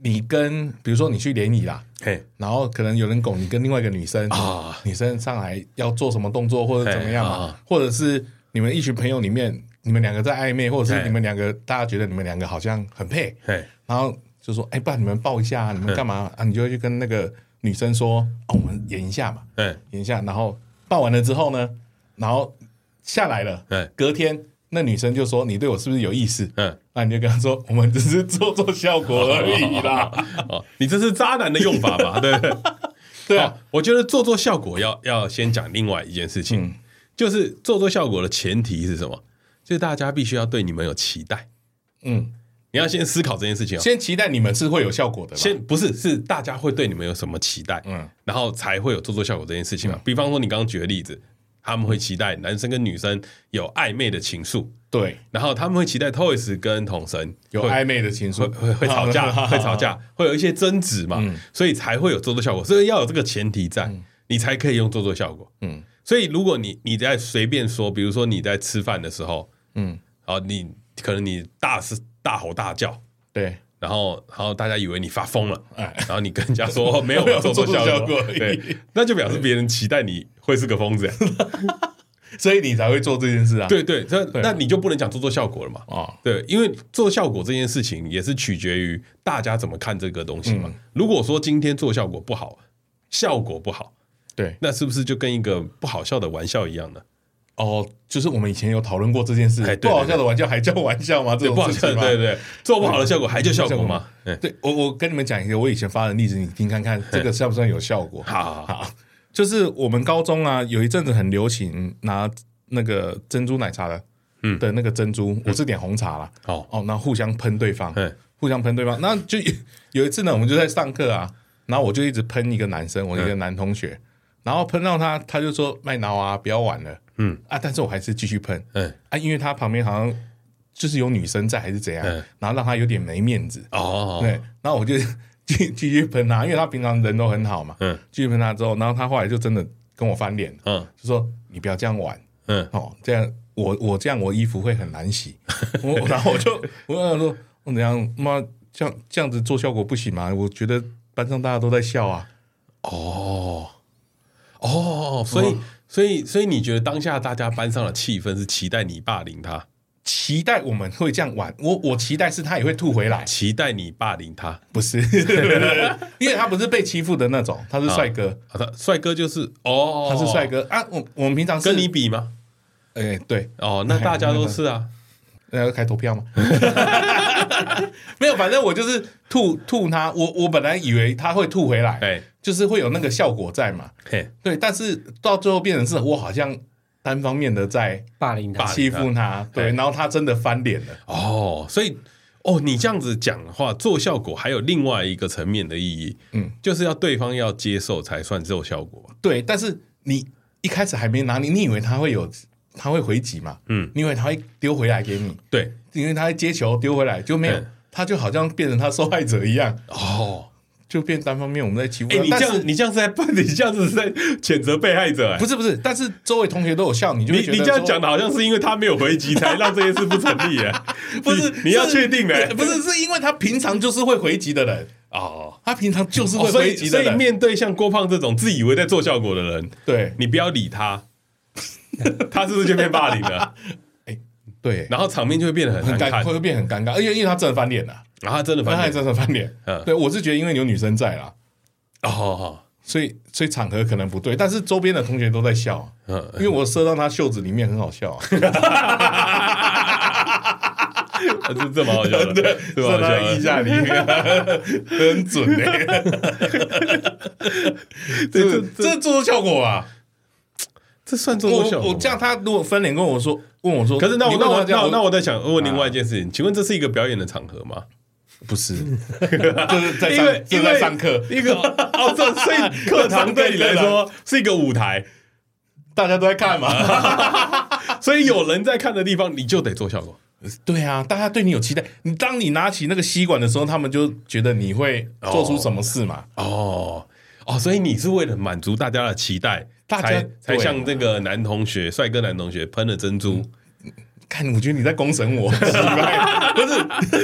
[SPEAKER 2] 你跟，比如说你去联谊啦，
[SPEAKER 1] 嘿，
[SPEAKER 2] 然后可能有人拱你跟另外一个女生
[SPEAKER 1] 啊，
[SPEAKER 2] 女生上来要做什么动作或者怎么样
[SPEAKER 1] 哎
[SPEAKER 2] 嘛
[SPEAKER 1] 啊，
[SPEAKER 2] 或者是你们一群朋友里面，你们两个在暧昧，或者是
[SPEAKER 1] 哎
[SPEAKER 2] 你们两个大家觉得你们两个好像很配，
[SPEAKER 1] 嘿，
[SPEAKER 2] 然后就说哎，不然你们抱一
[SPEAKER 1] 嗯
[SPEAKER 2] 下啊，你们干嘛啊？你就会去跟那个女生说，哦，我们演一下嘛，
[SPEAKER 1] 嘿，
[SPEAKER 2] 演一下，然后抱完了之后呢，然后下来了
[SPEAKER 1] 哎，
[SPEAKER 2] 隔天那女生就说你对我是不是有意思？
[SPEAKER 1] 嗯，
[SPEAKER 2] 那你就跟她说，我们只是做做效果而已啦。
[SPEAKER 1] 哦，你这是渣男的用法嘛？ [laughs] 对不对？
[SPEAKER 2] 对啊
[SPEAKER 1] 哦，我觉得做做效果要要先讲另外一件事
[SPEAKER 2] 嗯
[SPEAKER 1] 情，就是做做效果的前提是什么？就是大家必须要对你们有期待。 [laughs]
[SPEAKER 2] 嗯，
[SPEAKER 1] 你要先思考这件事情哦。
[SPEAKER 2] 先期待你们是会有效果的啦。
[SPEAKER 1] 先不是是大家会对你们有什么期待，嗯
[SPEAKER 2] 嗯，
[SPEAKER 1] 然后才会有做做效果这件事情嘛。比方说你刚刚举的例子，他们会期待男生跟女生有暧昧的情愫，
[SPEAKER 2] 对，
[SPEAKER 1] 然后他们会期待 Toys 跟童神
[SPEAKER 2] 有
[SPEAKER 1] 会
[SPEAKER 2] 暧昧的情
[SPEAKER 1] 会
[SPEAKER 2] 愫，
[SPEAKER 1] 会会吵
[SPEAKER 2] [laughs]
[SPEAKER 1] 架，会吵架，会有一些争执嘛，
[SPEAKER 2] 嗯
[SPEAKER 1] 所以才会有做做效果。所以要有这个前提在，你才可以用做做效果。嗯
[SPEAKER 2] 嗯，
[SPEAKER 1] 所以如果你你在随便说，比如说你在吃饭的时候，嗯
[SPEAKER 2] 嗯，
[SPEAKER 1] 然后你可能你大是大吼大叫，
[SPEAKER 2] 对，
[SPEAKER 1] 然后然后大家以为你发疯了，
[SPEAKER 2] 哎
[SPEAKER 1] 然后你跟人家
[SPEAKER 2] [laughs]
[SPEAKER 1] 说哦没有
[SPEAKER 2] 没有
[SPEAKER 1] 做错
[SPEAKER 2] 做错效
[SPEAKER 1] 果
[SPEAKER 2] 果，
[SPEAKER 1] 对，那就表示别人期待你会是个疯子呀，
[SPEAKER 2] 所以你才会做这件事啊。
[SPEAKER 1] 对对，那
[SPEAKER 2] [laughs] 对
[SPEAKER 1] 那你就不能讲做做效果了嘛。
[SPEAKER 2] 啊，
[SPEAKER 1] 对，因为做效果这件事情也是取决于大家怎么看这个东西
[SPEAKER 2] 嗯
[SPEAKER 1] 嘛。如果说今天做效果不好，效果不好，
[SPEAKER 2] 对，
[SPEAKER 1] 那是不是就跟一个不好笑的玩笑一样呢？
[SPEAKER 2] 哦，就是我们以前有讨论过这件事
[SPEAKER 1] 哎，对对
[SPEAKER 2] 不好笑的玩笑还叫玩笑吗？这
[SPEAKER 1] 对，不好
[SPEAKER 2] 种事
[SPEAKER 1] 笑，
[SPEAKER 2] 情吗？
[SPEAKER 1] 对对，做不好的效果还叫效果
[SPEAKER 2] 效果
[SPEAKER 1] 吗？嗯，
[SPEAKER 2] 对我，我跟你们讲一个我以前发的例子，你听看看这个算不算有效果？
[SPEAKER 1] 好好好，
[SPEAKER 2] 好，就是我们高中啊，有一阵子很流行拿那个珍珠奶茶的，
[SPEAKER 1] 嗯
[SPEAKER 2] 的那个珍珠，我是点红茶啦，
[SPEAKER 1] 好，
[SPEAKER 2] 哦，那互相喷对方，
[SPEAKER 1] 嗯
[SPEAKER 2] 互相喷对方，那就有一次呢，我们就在上课啊，然后我就一直喷一个男生，我一个
[SPEAKER 1] 嗯
[SPEAKER 2] 男同学，然后喷到他，他就说麦挠啊，不要玩了，
[SPEAKER 1] 嗯
[SPEAKER 2] 啊，但是我还是继续喷
[SPEAKER 1] 嗯，
[SPEAKER 2] 啊，因为他旁边好像就是有女生在还是怎样
[SPEAKER 1] 嗯，
[SPEAKER 2] 然后让他有点没面子，
[SPEAKER 1] 哦，
[SPEAKER 2] 对，然后我就 [laughs] 继继续喷啊他，因为他平常人都很好嘛，
[SPEAKER 1] 嗯
[SPEAKER 2] 继续喷啊他之后，然后他后来就真的跟我翻脸，
[SPEAKER 1] 嗯
[SPEAKER 2] 就说你不要这样玩
[SPEAKER 1] 嗯，
[SPEAKER 2] 哦，这样我我这样我衣服会很难洗，我我 [laughs] 然后我就我想说，我怎样妈这样这样子做效果不行吗？我觉得班上大家都在笑啊，
[SPEAKER 1] 哦，哦，所
[SPEAKER 2] 嗯
[SPEAKER 1] 以所以所以你觉得当下大家班上的气氛是期待你霸凌他，
[SPEAKER 2] 期待我们会这样玩，我我期待是他也会吐回来，
[SPEAKER 1] 期待你霸凌他？
[SPEAKER 2] 不是， [laughs] 因为他不是被欺负的那种，他是帅哥，
[SPEAKER 1] 啊，他帅哥就是哦，
[SPEAKER 2] 他是帅，哥啊，我我们平常是
[SPEAKER 1] 跟你比吗？
[SPEAKER 2] 哎对，
[SPEAKER 1] 哦，那大家都是啊，
[SPEAKER 2] 那要开投票吗？没有，反正我就是吐吐他，我我本来以为他会吐回来，
[SPEAKER 1] 哎
[SPEAKER 2] 就是会有那个效果在嘛。
[SPEAKER 1] 嘿，
[SPEAKER 2] 对，但是到最后变成是我好像单方面的在
[SPEAKER 3] 霸凌
[SPEAKER 1] 霸
[SPEAKER 3] 他
[SPEAKER 1] 凌他
[SPEAKER 2] 欺负他，对，然后他真的翻脸了。
[SPEAKER 1] 哦，所以哦，你这样子讲的话，做效果还有另外一个层面的意义，嗯，就是要对方要接受才算做效果吧。
[SPEAKER 2] 对，但是你一开始还没拿你，你以为他会有，他会回击嘛？
[SPEAKER 1] 嗯，
[SPEAKER 2] 你以为他会丢回来给你，
[SPEAKER 1] 对，
[SPEAKER 2] 因为他会接球丢回来就没有
[SPEAKER 1] 对，
[SPEAKER 2] 他就好像变成他受害者一样，
[SPEAKER 1] 哦，
[SPEAKER 2] 就变单方面我们在欺负
[SPEAKER 1] 哎、
[SPEAKER 2] 他。
[SPEAKER 1] 你这
[SPEAKER 2] 啊但是
[SPEAKER 1] 样，你这样是在， [laughs] 你这样子是在谴责被害者、哎
[SPEAKER 2] 不是不是，但是周围同学都有笑，你就
[SPEAKER 1] 你
[SPEAKER 2] 会觉得
[SPEAKER 1] 你这样
[SPEAKER 2] 说
[SPEAKER 1] 讲的好像是因为他没有回击才让这件事不成立哎，
[SPEAKER 2] [laughs] 不是
[SPEAKER 1] [laughs] 你你要确定哎，
[SPEAKER 2] 不是是因为他平常就是会回击的人，
[SPEAKER 1] 哦，
[SPEAKER 2] 他平常就是会
[SPEAKER 1] 所
[SPEAKER 2] 回
[SPEAKER 1] 以
[SPEAKER 2] 击
[SPEAKER 1] 哦所
[SPEAKER 2] 的
[SPEAKER 1] 以
[SPEAKER 2] 人，
[SPEAKER 1] 面对像郭胖这种自以为在做效果的人，
[SPEAKER 2] 对
[SPEAKER 1] 你不要理他，他是不是就变霸凌了？
[SPEAKER 2] 对，
[SPEAKER 1] 然后场面就会变得很
[SPEAKER 2] 很
[SPEAKER 1] 难
[SPEAKER 2] 尴
[SPEAKER 1] 看，
[SPEAKER 2] 会变很尴尬，而且因为他真的翻脸了，
[SPEAKER 1] 然后他真的
[SPEAKER 2] 他还
[SPEAKER 1] 反
[SPEAKER 2] 真的翻脸
[SPEAKER 1] 嗯。
[SPEAKER 2] 对，我是觉得因为有女生在啦，
[SPEAKER 1] 哦哦，
[SPEAKER 2] 所以所以场合可能不对，但是周边的同学都在笑啊，
[SPEAKER 1] 哦
[SPEAKER 2] 因为我射到他袖子里面很好笑
[SPEAKER 1] [laughs]
[SPEAKER 2] 啊，
[SPEAKER 1] 嗯，这这蛮好
[SPEAKER 2] [laughs]
[SPEAKER 1] 笑的，这蛮
[SPEAKER 2] 射
[SPEAKER 1] 好
[SPEAKER 2] 到
[SPEAKER 1] 笑
[SPEAKER 2] 他腋
[SPEAKER 1] 的，
[SPEAKER 2] 下里面，很准
[SPEAKER 1] [laughs]
[SPEAKER 2] 哎，这
[SPEAKER 1] 这这
[SPEAKER 2] 这做出效果啊！
[SPEAKER 1] 这算做效
[SPEAKER 2] 我
[SPEAKER 1] 果
[SPEAKER 2] 我
[SPEAKER 1] 吗
[SPEAKER 2] 这样，他如果翻脸跟我说，问我说，
[SPEAKER 1] 可是那
[SPEAKER 2] 你
[SPEAKER 1] 我
[SPEAKER 2] 为什
[SPEAKER 1] 那
[SPEAKER 2] 么要
[SPEAKER 1] 我
[SPEAKER 2] 这样
[SPEAKER 1] 那我那
[SPEAKER 2] 我啊
[SPEAKER 1] 我在想问另外一件事情，请问这是一个表演的场合吗？
[SPEAKER 2] 不是，就是在
[SPEAKER 1] 因为
[SPEAKER 2] 上就是在上课，
[SPEAKER 1] 一个哦，这所以课堂对你来说是一个舞台，
[SPEAKER 2] 大家都在
[SPEAKER 1] [laughs] 啊
[SPEAKER 2] 看嘛。
[SPEAKER 1] 所以有人在看的地方，你就得做效果。
[SPEAKER 2] 对啊，大家对你有期待。你当你拿起那个吸管的时候，他们就觉得你会做出什么事嘛？
[SPEAKER 1] 哦哦，所以你是为了满足大家的期待，
[SPEAKER 2] 大家
[SPEAKER 1] 才才
[SPEAKER 2] 对
[SPEAKER 1] 向这个男同学、帅哥男同学喷了珍珠。
[SPEAKER 2] 看，我觉得你在攻
[SPEAKER 1] [laughs]
[SPEAKER 2] 审我，奇怪不 [laughs] 是？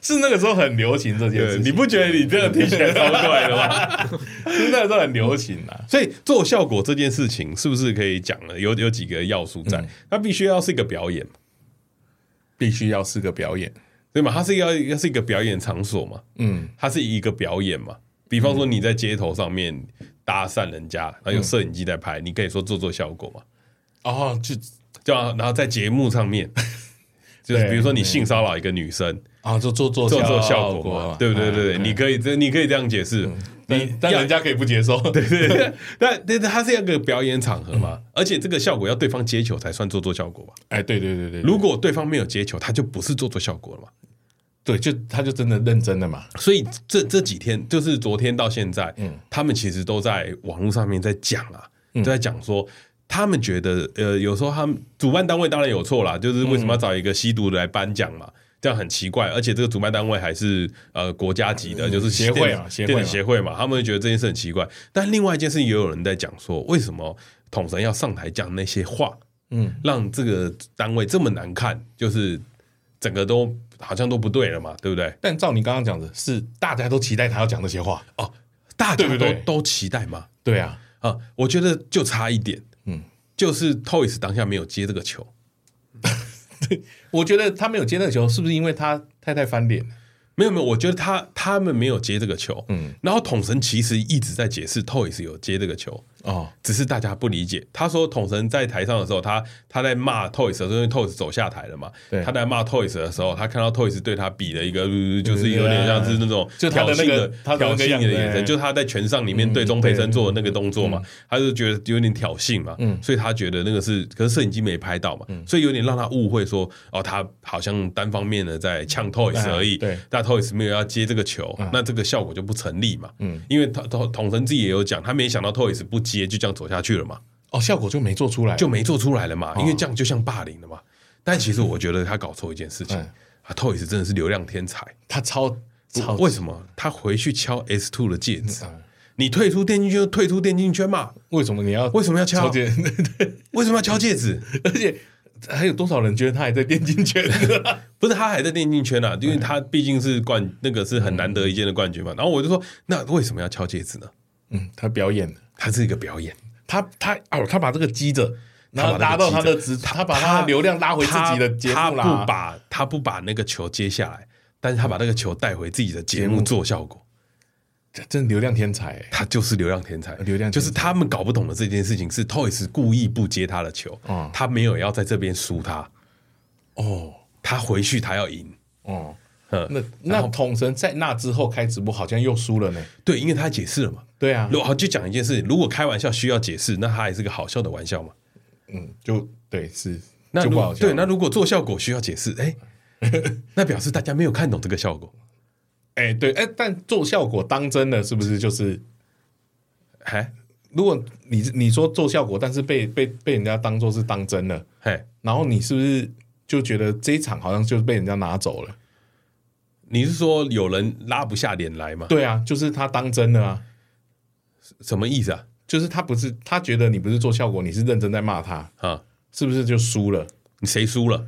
[SPEAKER 2] 是那个时候很流行这件事
[SPEAKER 1] 对，
[SPEAKER 2] 情，
[SPEAKER 1] 你不觉得你这样听起来超怪的 [laughs] 吗？
[SPEAKER 2] 是那个时候很流行啊？
[SPEAKER 1] 所以做效果这件事情，是不是可以讲了？有有几个要素在
[SPEAKER 2] 嗯，
[SPEAKER 1] 它必须要是一个表演，
[SPEAKER 2] 必须要是个表演，
[SPEAKER 1] 对吗？它是要要是一个表演场所嘛？
[SPEAKER 2] 嗯，
[SPEAKER 1] 它是一个表演嘛。比方说你在街头上面搭讪人家，然后有摄影机在拍，你可以说做做效果嘛，
[SPEAKER 2] 哦，就
[SPEAKER 1] 对啊。然后在节目上面， [laughs] 就是
[SPEAKER 2] 对
[SPEAKER 1] 比如说你性骚扰一个女生，
[SPEAKER 2] 啊，就做做
[SPEAKER 1] 做做效
[SPEAKER 2] 效
[SPEAKER 1] 果嘛
[SPEAKER 2] 嘛，，
[SPEAKER 1] 对不对？
[SPEAKER 2] 嗯
[SPEAKER 1] 对对，你可以这你可以这样解释，你
[SPEAKER 2] 但但
[SPEAKER 1] 要
[SPEAKER 2] 人家 [laughs] 可以不接受，对
[SPEAKER 1] 对对对 [laughs] 但但是它是一个表演场合
[SPEAKER 2] 嗯
[SPEAKER 1] 嘛，而且这个效果要对方接球才算做做效果吧。
[SPEAKER 2] 哎，对对对对，
[SPEAKER 1] 如果对方没有接球，他就不是做做效果了嘛。
[SPEAKER 2] 对，就他就真的认真的嘛，
[SPEAKER 1] 所以这这几天，就是昨天到现在，
[SPEAKER 2] 嗯
[SPEAKER 1] 他们其实都在网络上面在讲啊，都在讲说，他们觉得，呃，有时候他们主办单位当然有错啦，就是为什么要找一个吸毒的来颁奖嘛，这样很奇怪，而且这个主办单位还是呃国家级的，就是
[SPEAKER 2] 协会
[SPEAKER 1] 电
[SPEAKER 2] 啊
[SPEAKER 1] 子
[SPEAKER 2] 协会啊
[SPEAKER 1] 电子协会嘛，他们会觉得这件事很奇怪。但另外一件事，也有人在讲说，为什么统神要上台讲那些话，
[SPEAKER 2] 嗯，
[SPEAKER 1] 让这个单位这么难看，就是整个都好像都不对了嘛，对不对？
[SPEAKER 2] 但照你刚刚讲的，是大家都期待他要讲这些话，
[SPEAKER 1] 哦，大家
[SPEAKER 2] 对
[SPEAKER 1] 都
[SPEAKER 2] 不对
[SPEAKER 1] 都期待吗？
[SPEAKER 2] 对啊，
[SPEAKER 1] 啊，我觉得就差一点，
[SPEAKER 2] 嗯，
[SPEAKER 1] 就是 Toys 当下没有接这个球，
[SPEAKER 2] 我觉得他没有接那个球，是不是因为他太太翻脸？
[SPEAKER 1] 没有没有，我觉得他他们没有接这个球，
[SPEAKER 2] 嗯，
[SPEAKER 1] 然后统神其实一直在解释 Toys 有接这个球。
[SPEAKER 2] 哦，
[SPEAKER 1] 只是大家不理解，他说统神在台上的时候，他他在骂 Toys 的时候，因为 Toys 走下台了嘛
[SPEAKER 2] 对，
[SPEAKER 1] 他在骂 Toys 的时候，他看到 Toys 对他比了一个，呃就是有点像是那种
[SPEAKER 2] 就他
[SPEAKER 1] 挑
[SPEAKER 2] 的
[SPEAKER 1] 衅
[SPEAKER 2] 那个他的
[SPEAKER 1] 挑
[SPEAKER 2] 那个
[SPEAKER 1] 衅
[SPEAKER 2] 样
[SPEAKER 1] 的
[SPEAKER 2] 子嗯
[SPEAKER 1] 眼神，
[SPEAKER 2] 哎
[SPEAKER 1] 就他在拳上里面对钟培生做的那个动作嘛，他就觉得有点挑衅嘛，
[SPEAKER 2] 嗯
[SPEAKER 1] 所以他觉得那个是，可是摄影机没拍到嘛，所以有点让他误会说，哦，他好像单方面的在呛 Toys 而已，
[SPEAKER 2] 哎对嗯
[SPEAKER 1] 那 Toys 没有要接这个球，那这个效果就不成立嘛。嗯，因为他统统神自己也有讲，他没想到 Toys 不接，就这样走下去了嘛，
[SPEAKER 2] 哦，效果就没做出来，
[SPEAKER 1] 就没做出来了
[SPEAKER 2] 哦
[SPEAKER 1] 嘛，因为这样就像霸凌了嘛。但其实我觉得他搞错一件事情，
[SPEAKER 2] 嗯
[SPEAKER 1] 啊，Toys 真的是流量天才。
[SPEAKER 2] 他超超
[SPEAKER 1] 为什么他回去敲 S Two 的戒指？
[SPEAKER 2] 嗯
[SPEAKER 1] 你退出电竞圈就退出电竞圈嘛？
[SPEAKER 2] 为什么你要
[SPEAKER 1] 为什么要敲
[SPEAKER 2] 超？姐？对，
[SPEAKER 1] 为什么要敲戒指？
[SPEAKER 2] [laughs] 而且还有多少人觉得他还在电竞圈？
[SPEAKER 1] 不是他还在电竞圈啊，因为他毕竟是
[SPEAKER 2] 嗯
[SPEAKER 1] 冠，那个是很难得一见的冠军嘛。然后我就说，那为什么要敲戒指呢？
[SPEAKER 2] [laughs] 嗯，他表演的，
[SPEAKER 1] 它是一个表演，
[SPEAKER 2] 他他哦，他把这个积着，然后
[SPEAKER 1] 他把这个
[SPEAKER 2] 拉到他的
[SPEAKER 1] 积
[SPEAKER 2] 直，他把他的流量拉回自己的节目
[SPEAKER 1] 哦他
[SPEAKER 2] 啦。
[SPEAKER 1] 他不把他不把那个球接下来，但是他把那个球带回自己的节目做效果，
[SPEAKER 2] 这真流量天才欸，
[SPEAKER 1] 他就是流量天才。
[SPEAKER 2] 呃流量天才
[SPEAKER 1] 就是他们搞不懂的这件事情是 Toys 故意不接他的球，
[SPEAKER 2] 嗯
[SPEAKER 1] 他没有要在这边输他，
[SPEAKER 2] 哦
[SPEAKER 1] 他回去他要赢。
[SPEAKER 2] 哦。
[SPEAKER 1] 嗯
[SPEAKER 2] 那那统神在那之后开直播，好像又输了呢。
[SPEAKER 1] 对，因为他解释了嘛。
[SPEAKER 2] 对啊
[SPEAKER 1] 如，果好就讲一件事，如果开玩笑需要解释，那他也是个好笑的玩笑嘛。
[SPEAKER 2] 嗯，就对是，
[SPEAKER 1] 那
[SPEAKER 2] 就
[SPEAKER 1] 如
[SPEAKER 2] 不好笑。
[SPEAKER 1] 对，那如果做效果需要解释，哎、 [laughs] 那表示大家没有看懂这个效果，
[SPEAKER 2] 哎、对，哎、但做效果当真了，是不是就是？
[SPEAKER 1] 哎
[SPEAKER 2] 如果你你说做效果，但是被被被人家当做是当真了，
[SPEAKER 1] 嘿，
[SPEAKER 2] 然后你是不是就觉得这一场好像就被人家拿走了？
[SPEAKER 1] 你是说有人拉不下脸来吗？
[SPEAKER 2] 对啊，就是他当真了啊，
[SPEAKER 1] 什么意思啊？
[SPEAKER 2] 就是他不是他觉得你不是做效果，你是认真在骂他，
[SPEAKER 1] 啊，
[SPEAKER 2] 是不是就输了？
[SPEAKER 1] 你谁输了？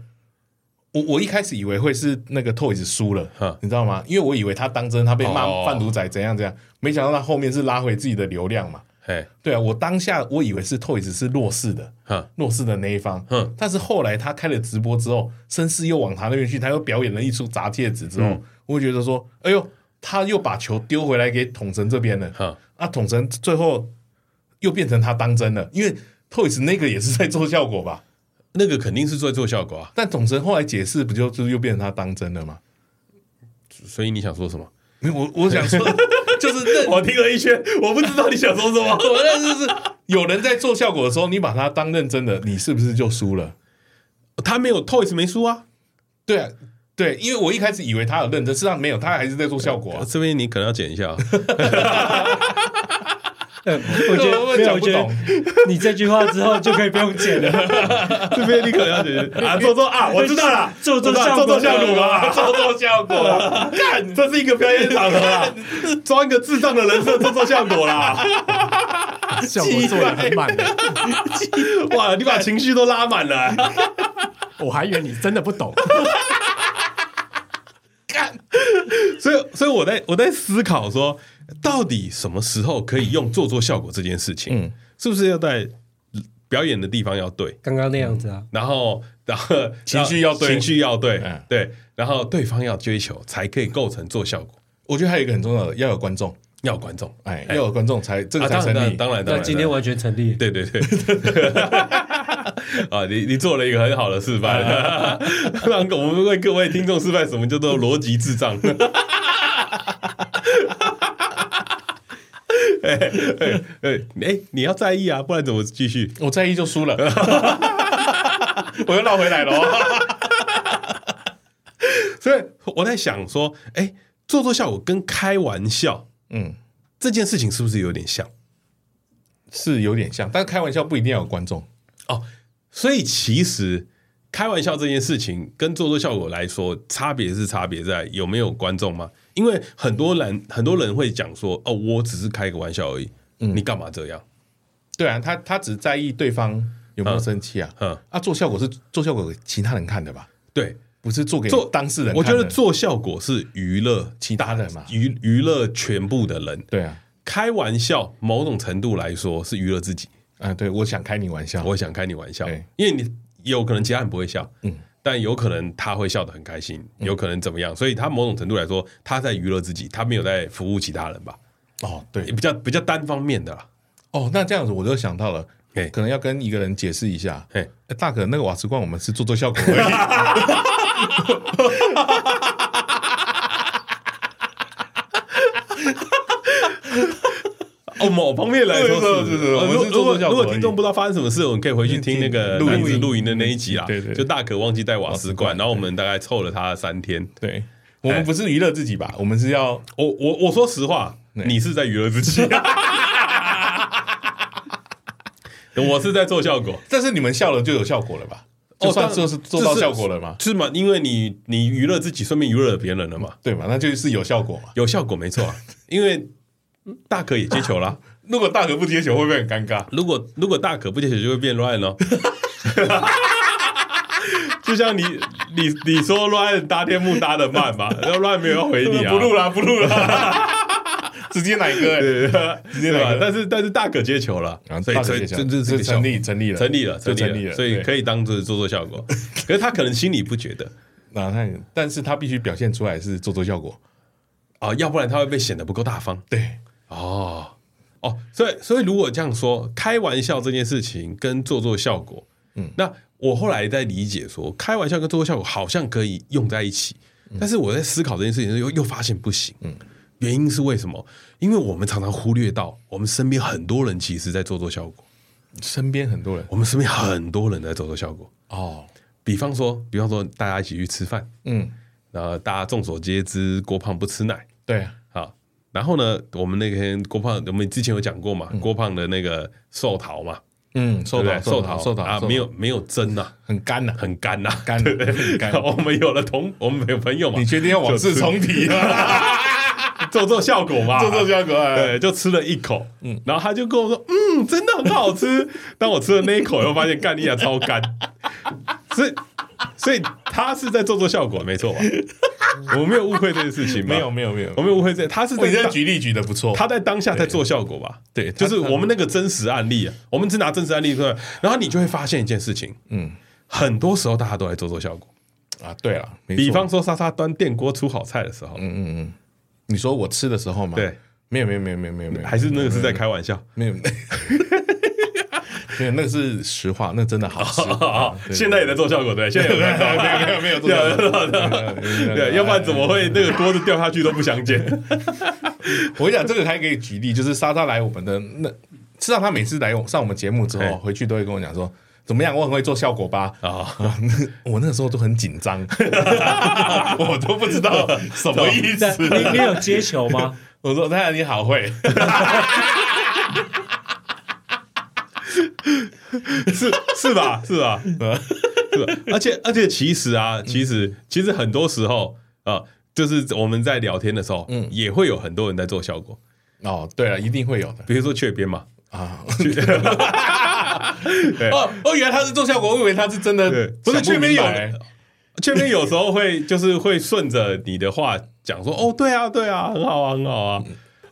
[SPEAKER 2] 我我一开始以为会是那个 Toys 输了
[SPEAKER 1] 哼，
[SPEAKER 2] 你知道吗？因为我以为他当真，他被
[SPEAKER 1] 哦
[SPEAKER 2] 骂贩毒仔怎样怎样，没想到他后面是拉回自己的流量嘛。
[SPEAKER 1] 嘿，
[SPEAKER 2] 对啊，我当下我以为是 Toys 是弱势的，
[SPEAKER 1] 哈，
[SPEAKER 2] 弱势的那一方。
[SPEAKER 1] 嗯
[SPEAKER 2] 但是后来他开了直播之后，声势又往他那边去，他又表演了一出砸戒指之后，我会觉得说，哎呦，他又把球丢回来给统神这边了。
[SPEAKER 1] 哈，
[SPEAKER 2] 那统神最后又变成他当真了，因为 Toys 那个也是在做效果吧？
[SPEAKER 1] 那个肯定是在做效果啊。
[SPEAKER 2] 但统神后来解释，不就就是又变成他当真了吗？
[SPEAKER 1] 所以你想说什么？
[SPEAKER 2] 没有，我我想说，就是认 [laughs]
[SPEAKER 1] 我听了一圈，我不知道你想说什么。
[SPEAKER 2] 我认识是有人在做效果的时候，你把他当认真的，你是不是就输了？
[SPEAKER 1] 他没有 Toys 没输啊。
[SPEAKER 2] 对啊，对，因为我一开始以为他有认真，事实上没有，他还是在做效果、啊。
[SPEAKER 1] 这边你可能要剪一下啊。
[SPEAKER 3] 我觉得
[SPEAKER 2] 我
[SPEAKER 3] 没有，
[SPEAKER 2] 讲
[SPEAKER 3] 我
[SPEAKER 2] 不
[SPEAKER 3] 觉得
[SPEAKER 2] 懂
[SPEAKER 3] 你这句话之后就可以不用剪了。
[SPEAKER 1] [laughs] 这边你可能要剪啊，做做 [laughs] 啊，我知道了，
[SPEAKER 3] 做做
[SPEAKER 1] 我知道
[SPEAKER 3] 效
[SPEAKER 1] 做
[SPEAKER 3] 果
[SPEAKER 1] 做效果 [laughs] 啊，
[SPEAKER 2] 做做效果
[SPEAKER 1] [laughs]
[SPEAKER 2] 啊，
[SPEAKER 1] 看，这是一个表演场合 [laughs] 啦，装一个智障的人设做做效果啦。
[SPEAKER 4] 效果做的很满的，
[SPEAKER 1] [laughs] 哇，你把情绪都拉满了，
[SPEAKER 4] 我还以为你真的
[SPEAKER 1] [laughs]
[SPEAKER 4] 不懂。
[SPEAKER 1] 所以，所以我在我在思考说，到底什么时候可以用做做效果这件事情？
[SPEAKER 2] 嗯
[SPEAKER 1] 是不是要在表演的地方要对？
[SPEAKER 3] 刚刚那样子啊，
[SPEAKER 1] 然后，然后
[SPEAKER 2] 情绪要
[SPEAKER 1] [laughs]
[SPEAKER 2] 对
[SPEAKER 1] 情绪要对，
[SPEAKER 2] 嗯
[SPEAKER 1] 对，然后对方要追求，才可以构成做效果，
[SPEAKER 2] 我觉得还有一个很重要的，要有观众，
[SPEAKER 1] 要有观众，
[SPEAKER 2] 哎，要有观众才这
[SPEAKER 1] 啊，
[SPEAKER 2] 个才
[SPEAKER 1] 当然，当
[SPEAKER 2] 成
[SPEAKER 1] 然，
[SPEAKER 2] 立。
[SPEAKER 1] 当然，当
[SPEAKER 3] 那
[SPEAKER 1] 然
[SPEAKER 3] 今天完全成立。
[SPEAKER 1] 对对 [laughs] 对，啊，你你做了一个很好的示范， [laughs] 让我们为各位听众示范什么叫做逻辑智障。 [laughs] 哎哎哎哎，你要在意啊，不然怎么继续？
[SPEAKER 2] 我在意就
[SPEAKER 1] [laughs]
[SPEAKER 2] 输了，我又绕回来了哦。
[SPEAKER 1] 所以我在想说，哎、做做效果跟开玩笑
[SPEAKER 2] 嗯，
[SPEAKER 1] 这件事情是不是有点像？
[SPEAKER 2] 是有点像，但是开玩笑不一定要有观众。
[SPEAKER 1] 哦，所以其实开玩笑这件事情跟做做效果来说，差别是差别在有没有观众吗？因为很多人很多人会讲说，哦，我只是开个玩笑而已，
[SPEAKER 2] 嗯
[SPEAKER 1] 你干嘛这样？
[SPEAKER 2] 对啊，他他只在意对方有没有生气啊。
[SPEAKER 1] 嗯，
[SPEAKER 2] 啊，做效果是做效果给其他人看的吧？
[SPEAKER 1] 对，
[SPEAKER 2] 不是做给
[SPEAKER 1] 做
[SPEAKER 2] 当事人
[SPEAKER 1] 我
[SPEAKER 2] 看的。
[SPEAKER 1] 觉得做效果是娱乐
[SPEAKER 2] 其他人嘛，
[SPEAKER 1] 娱娱乐全部的人，
[SPEAKER 2] 对啊，
[SPEAKER 1] 开玩笑某种程度来说是娱乐自己。
[SPEAKER 2] 啊，对，我想开你玩笑，
[SPEAKER 1] 我想开你玩笑
[SPEAKER 2] 对，
[SPEAKER 1] 因为你有可能其他人不会笑，嗯，但有可能他会笑得很开心，
[SPEAKER 2] 嗯
[SPEAKER 1] 有可能怎么样，所以他某种程度来说，他在娱乐自己，他没有在服务其他人吧，
[SPEAKER 2] 哦，对
[SPEAKER 1] 也，比较比较单方面的啦。
[SPEAKER 2] 哦，那这样子我就想到了
[SPEAKER 1] 嘿，
[SPEAKER 2] 可能要跟一个人解释一下，
[SPEAKER 1] 嘿，
[SPEAKER 2] 欸大可那个瓦斯罐我们是做做效果而
[SPEAKER 1] 哦，某方面来说
[SPEAKER 2] 对对对对
[SPEAKER 1] 呃
[SPEAKER 2] 我们是
[SPEAKER 1] 如果
[SPEAKER 2] 做做效
[SPEAKER 1] 如
[SPEAKER 2] 果
[SPEAKER 1] 果听众不知道发生什么事，我们可以回去听那个
[SPEAKER 2] 听
[SPEAKER 1] 男子
[SPEAKER 2] 录影
[SPEAKER 1] 露营的那一集啦。
[SPEAKER 2] 对对对
[SPEAKER 1] 就大可忘记带瓦斯罐，然后我们大概凑了他三天。
[SPEAKER 2] 已。对，我们不是娱乐自己吧？我们是要
[SPEAKER 1] 我我我说实话，
[SPEAKER 2] 对
[SPEAKER 1] 你是在娱乐自己， [laughs] 我是在做效果。
[SPEAKER 2] 但是你们笑了就有效果了吧？
[SPEAKER 1] 哦
[SPEAKER 2] 就算
[SPEAKER 1] 当
[SPEAKER 2] 就是做到效果了嘛，
[SPEAKER 1] 是嘛？因为你你娱乐自己，顺便娱乐了别人了
[SPEAKER 2] [laughs]
[SPEAKER 1] 嘛，
[SPEAKER 2] 对嘛？那就是有效果嘛。
[SPEAKER 1] 有效果没错、啊。因为大可也接球
[SPEAKER 2] [laughs]
[SPEAKER 1] 啦，
[SPEAKER 2] 如果大可不接球，会不会很尴尬？
[SPEAKER 1] 如果如果大可不接球，就会变乱哦。 [laughs] 就像你你你说乱搭天幕搭的慢嘛，然后乱没有要回你啊，
[SPEAKER 2] [laughs] 不录啦，不录啦， [laughs] 直接奶哥、欸。
[SPEAKER 1] [laughs] 对
[SPEAKER 2] 直接
[SPEAKER 1] 对
[SPEAKER 2] 来
[SPEAKER 1] 吧
[SPEAKER 2] 了？
[SPEAKER 1] 但是但是大可接球了
[SPEAKER 2] 然，后
[SPEAKER 1] 所
[SPEAKER 2] 大
[SPEAKER 1] 以所
[SPEAKER 2] 可
[SPEAKER 1] 以
[SPEAKER 2] 接
[SPEAKER 1] 这
[SPEAKER 2] 球
[SPEAKER 1] 这这
[SPEAKER 2] 这
[SPEAKER 1] 个效
[SPEAKER 2] 成立成立了
[SPEAKER 1] 成立了
[SPEAKER 2] 就成立
[SPEAKER 1] 了，
[SPEAKER 2] 了，
[SPEAKER 1] 所以可
[SPEAKER 2] 以。
[SPEAKER 1] 以当做做做效
[SPEAKER 2] [laughs]
[SPEAKER 1] 果。可是他可能心里不觉得
[SPEAKER 2] 那他但是他必须表现出来是做做效果。
[SPEAKER 1] 啊，要不然他会被显得不够大方。
[SPEAKER 2] 对，
[SPEAKER 1] 哦哦，所以所以如果这样说，开玩笑这件事情跟做做效果，嗯，那我后来在理解说，开玩笑跟做做效果好像可以用在一起，但是我在思考这件事情的时候，又又发现不行，嗯，原因是为什么？因为我们常常忽略到，我们身边很多人其实在做做效果，
[SPEAKER 2] 身边很多人
[SPEAKER 1] 我们身边很多人在做做效果，
[SPEAKER 2] 哦，
[SPEAKER 1] 比方说，比方说大家一起去吃饭，
[SPEAKER 2] 嗯，
[SPEAKER 1] 然后大家众所皆知郭胖不吃奶
[SPEAKER 2] 对啊，
[SPEAKER 1] 啊。然后呢，我们那天郭胖，我们之前有讲过嘛，郭胖的那个寿桃嘛，
[SPEAKER 2] 嗯，
[SPEAKER 1] 对
[SPEAKER 2] 寿
[SPEAKER 1] 不
[SPEAKER 2] 桃
[SPEAKER 1] 对？寿
[SPEAKER 2] 桃
[SPEAKER 1] 桃
[SPEAKER 2] 寿桃
[SPEAKER 1] 啊，
[SPEAKER 2] 寿桃
[SPEAKER 1] 没有没有蒸呐，
[SPEAKER 2] 很干啊呐，
[SPEAKER 1] 很干呐，啊
[SPEAKER 2] 干
[SPEAKER 1] 对不对
[SPEAKER 2] 很干
[SPEAKER 1] [laughs] 我们有了同，我们有朋友嘛
[SPEAKER 2] 你，确定要往事重提啊？
[SPEAKER 1] 做做效果嘛，
[SPEAKER 2] 做做效果，
[SPEAKER 1] 对，
[SPEAKER 2] 哎
[SPEAKER 1] 就吃了一口，嗯，然后他就跟我说，嗯，真的很好吃。 [laughs] 当我吃了那一口以后，发现干你也超干，所以，所以他是在做做效果，没错吧？我没有误会这件事情吧，
[SPEAKER 2] 没有没有没有，
[SPEAKER 1] [laughs] 我没有误会这，他是
[SPEAKER 2] [laughs] 我
[SPEAKER 1] 在
[SPEAKER 2] 你这
[SPEAKER 1] 当
[SPEAKER 2] 举例举的不错，
[SPEAKER 1] 他在当下在做效果吧？
[SPEAKER 2] 对嗯他
[SPEAKER 1] 就是我们那个真实案例啊，我们只拿真实案例出来，然后你就会发现一件事情，
[SPEAKER 2] 嗯
[SPEAKER 1] 很多时候大家都在做做效果。
[SPEAKER 2] 啊，对了，没
[SPEAKER 1] 比
[SPEAKER 2] 错嗯
[SPEAKER 1] 方说，莎莎端电锅出好菜的时候，
[SPEAKER 2] 你说我吃的时候嘛，
[SPEAKER 1] 对，
[SPEAKER 2] 没有没有没有没有没有没有，
[SPEAKER 1] 还是那个是在开玩笑。
[SPEAKER 2] 没有。没有，那个是实话，那真的好吃。
[SPEAKER 1] 啊， [laughs] 现在也在做效果对，现在有在做。
[SPEAKER 2] [laughs] 没有没有没有，
[SPEAKER 1] 对，要不然怎么会那个锅子掉下去都不想捡？
[SPEAKER 2] 我跟你讲，这个还可以举例，就是莎莎来我们的那，知道她每次来上我们节目之
[SPEAKER 1] 嘿
[SPEAKER 2] 后，回去都会跟我讲说，怎么样，我很会做效果吧？
[SPEAKER 1] 啊
[SPEAKER 2] 啊，那我那时候都很紧 [laughs] 张，我都不知道什么意 [laughs]
[SPEAKER 3] 但
[SPEAKER 2] 思。
[SPEAKER 3] 你你有接球吗？
[SPEAKER 2] 我说：“太太，你好 [laughs] 会，
[SPEAKER 1] 是是吧？是吧？
[SPEAKER 2] 嗯
[SPEAKER 1] 是吧？而且而且其实啊，其实其实很多时候啊，就是我们在聊天的时候，嗯，也会有很多人在做效果，
[SPEAKER 2] 哦，对了，一定会有的
[SPEAKER 1] 比如说雀边 [laughs] 嘛，
[SPEAKER 2] 啊。
[SPEAKER 1] 对
[SPEAKER 2] [laughs] 哦哦，原来他是做效果，我以为他是真的
[SPEAKER 1] 对，不是
[SPEAKER 2] 想
[SPEAKER 1] 雀边
[SPEAKER 2] 明
[SPEAKER 1] 有
[SPEAKER 2] 白
[SPEAKER 1] 雀边有时候会就是会顺着你的话讲说，哦，对啊，对啊，很好啊，很好啊。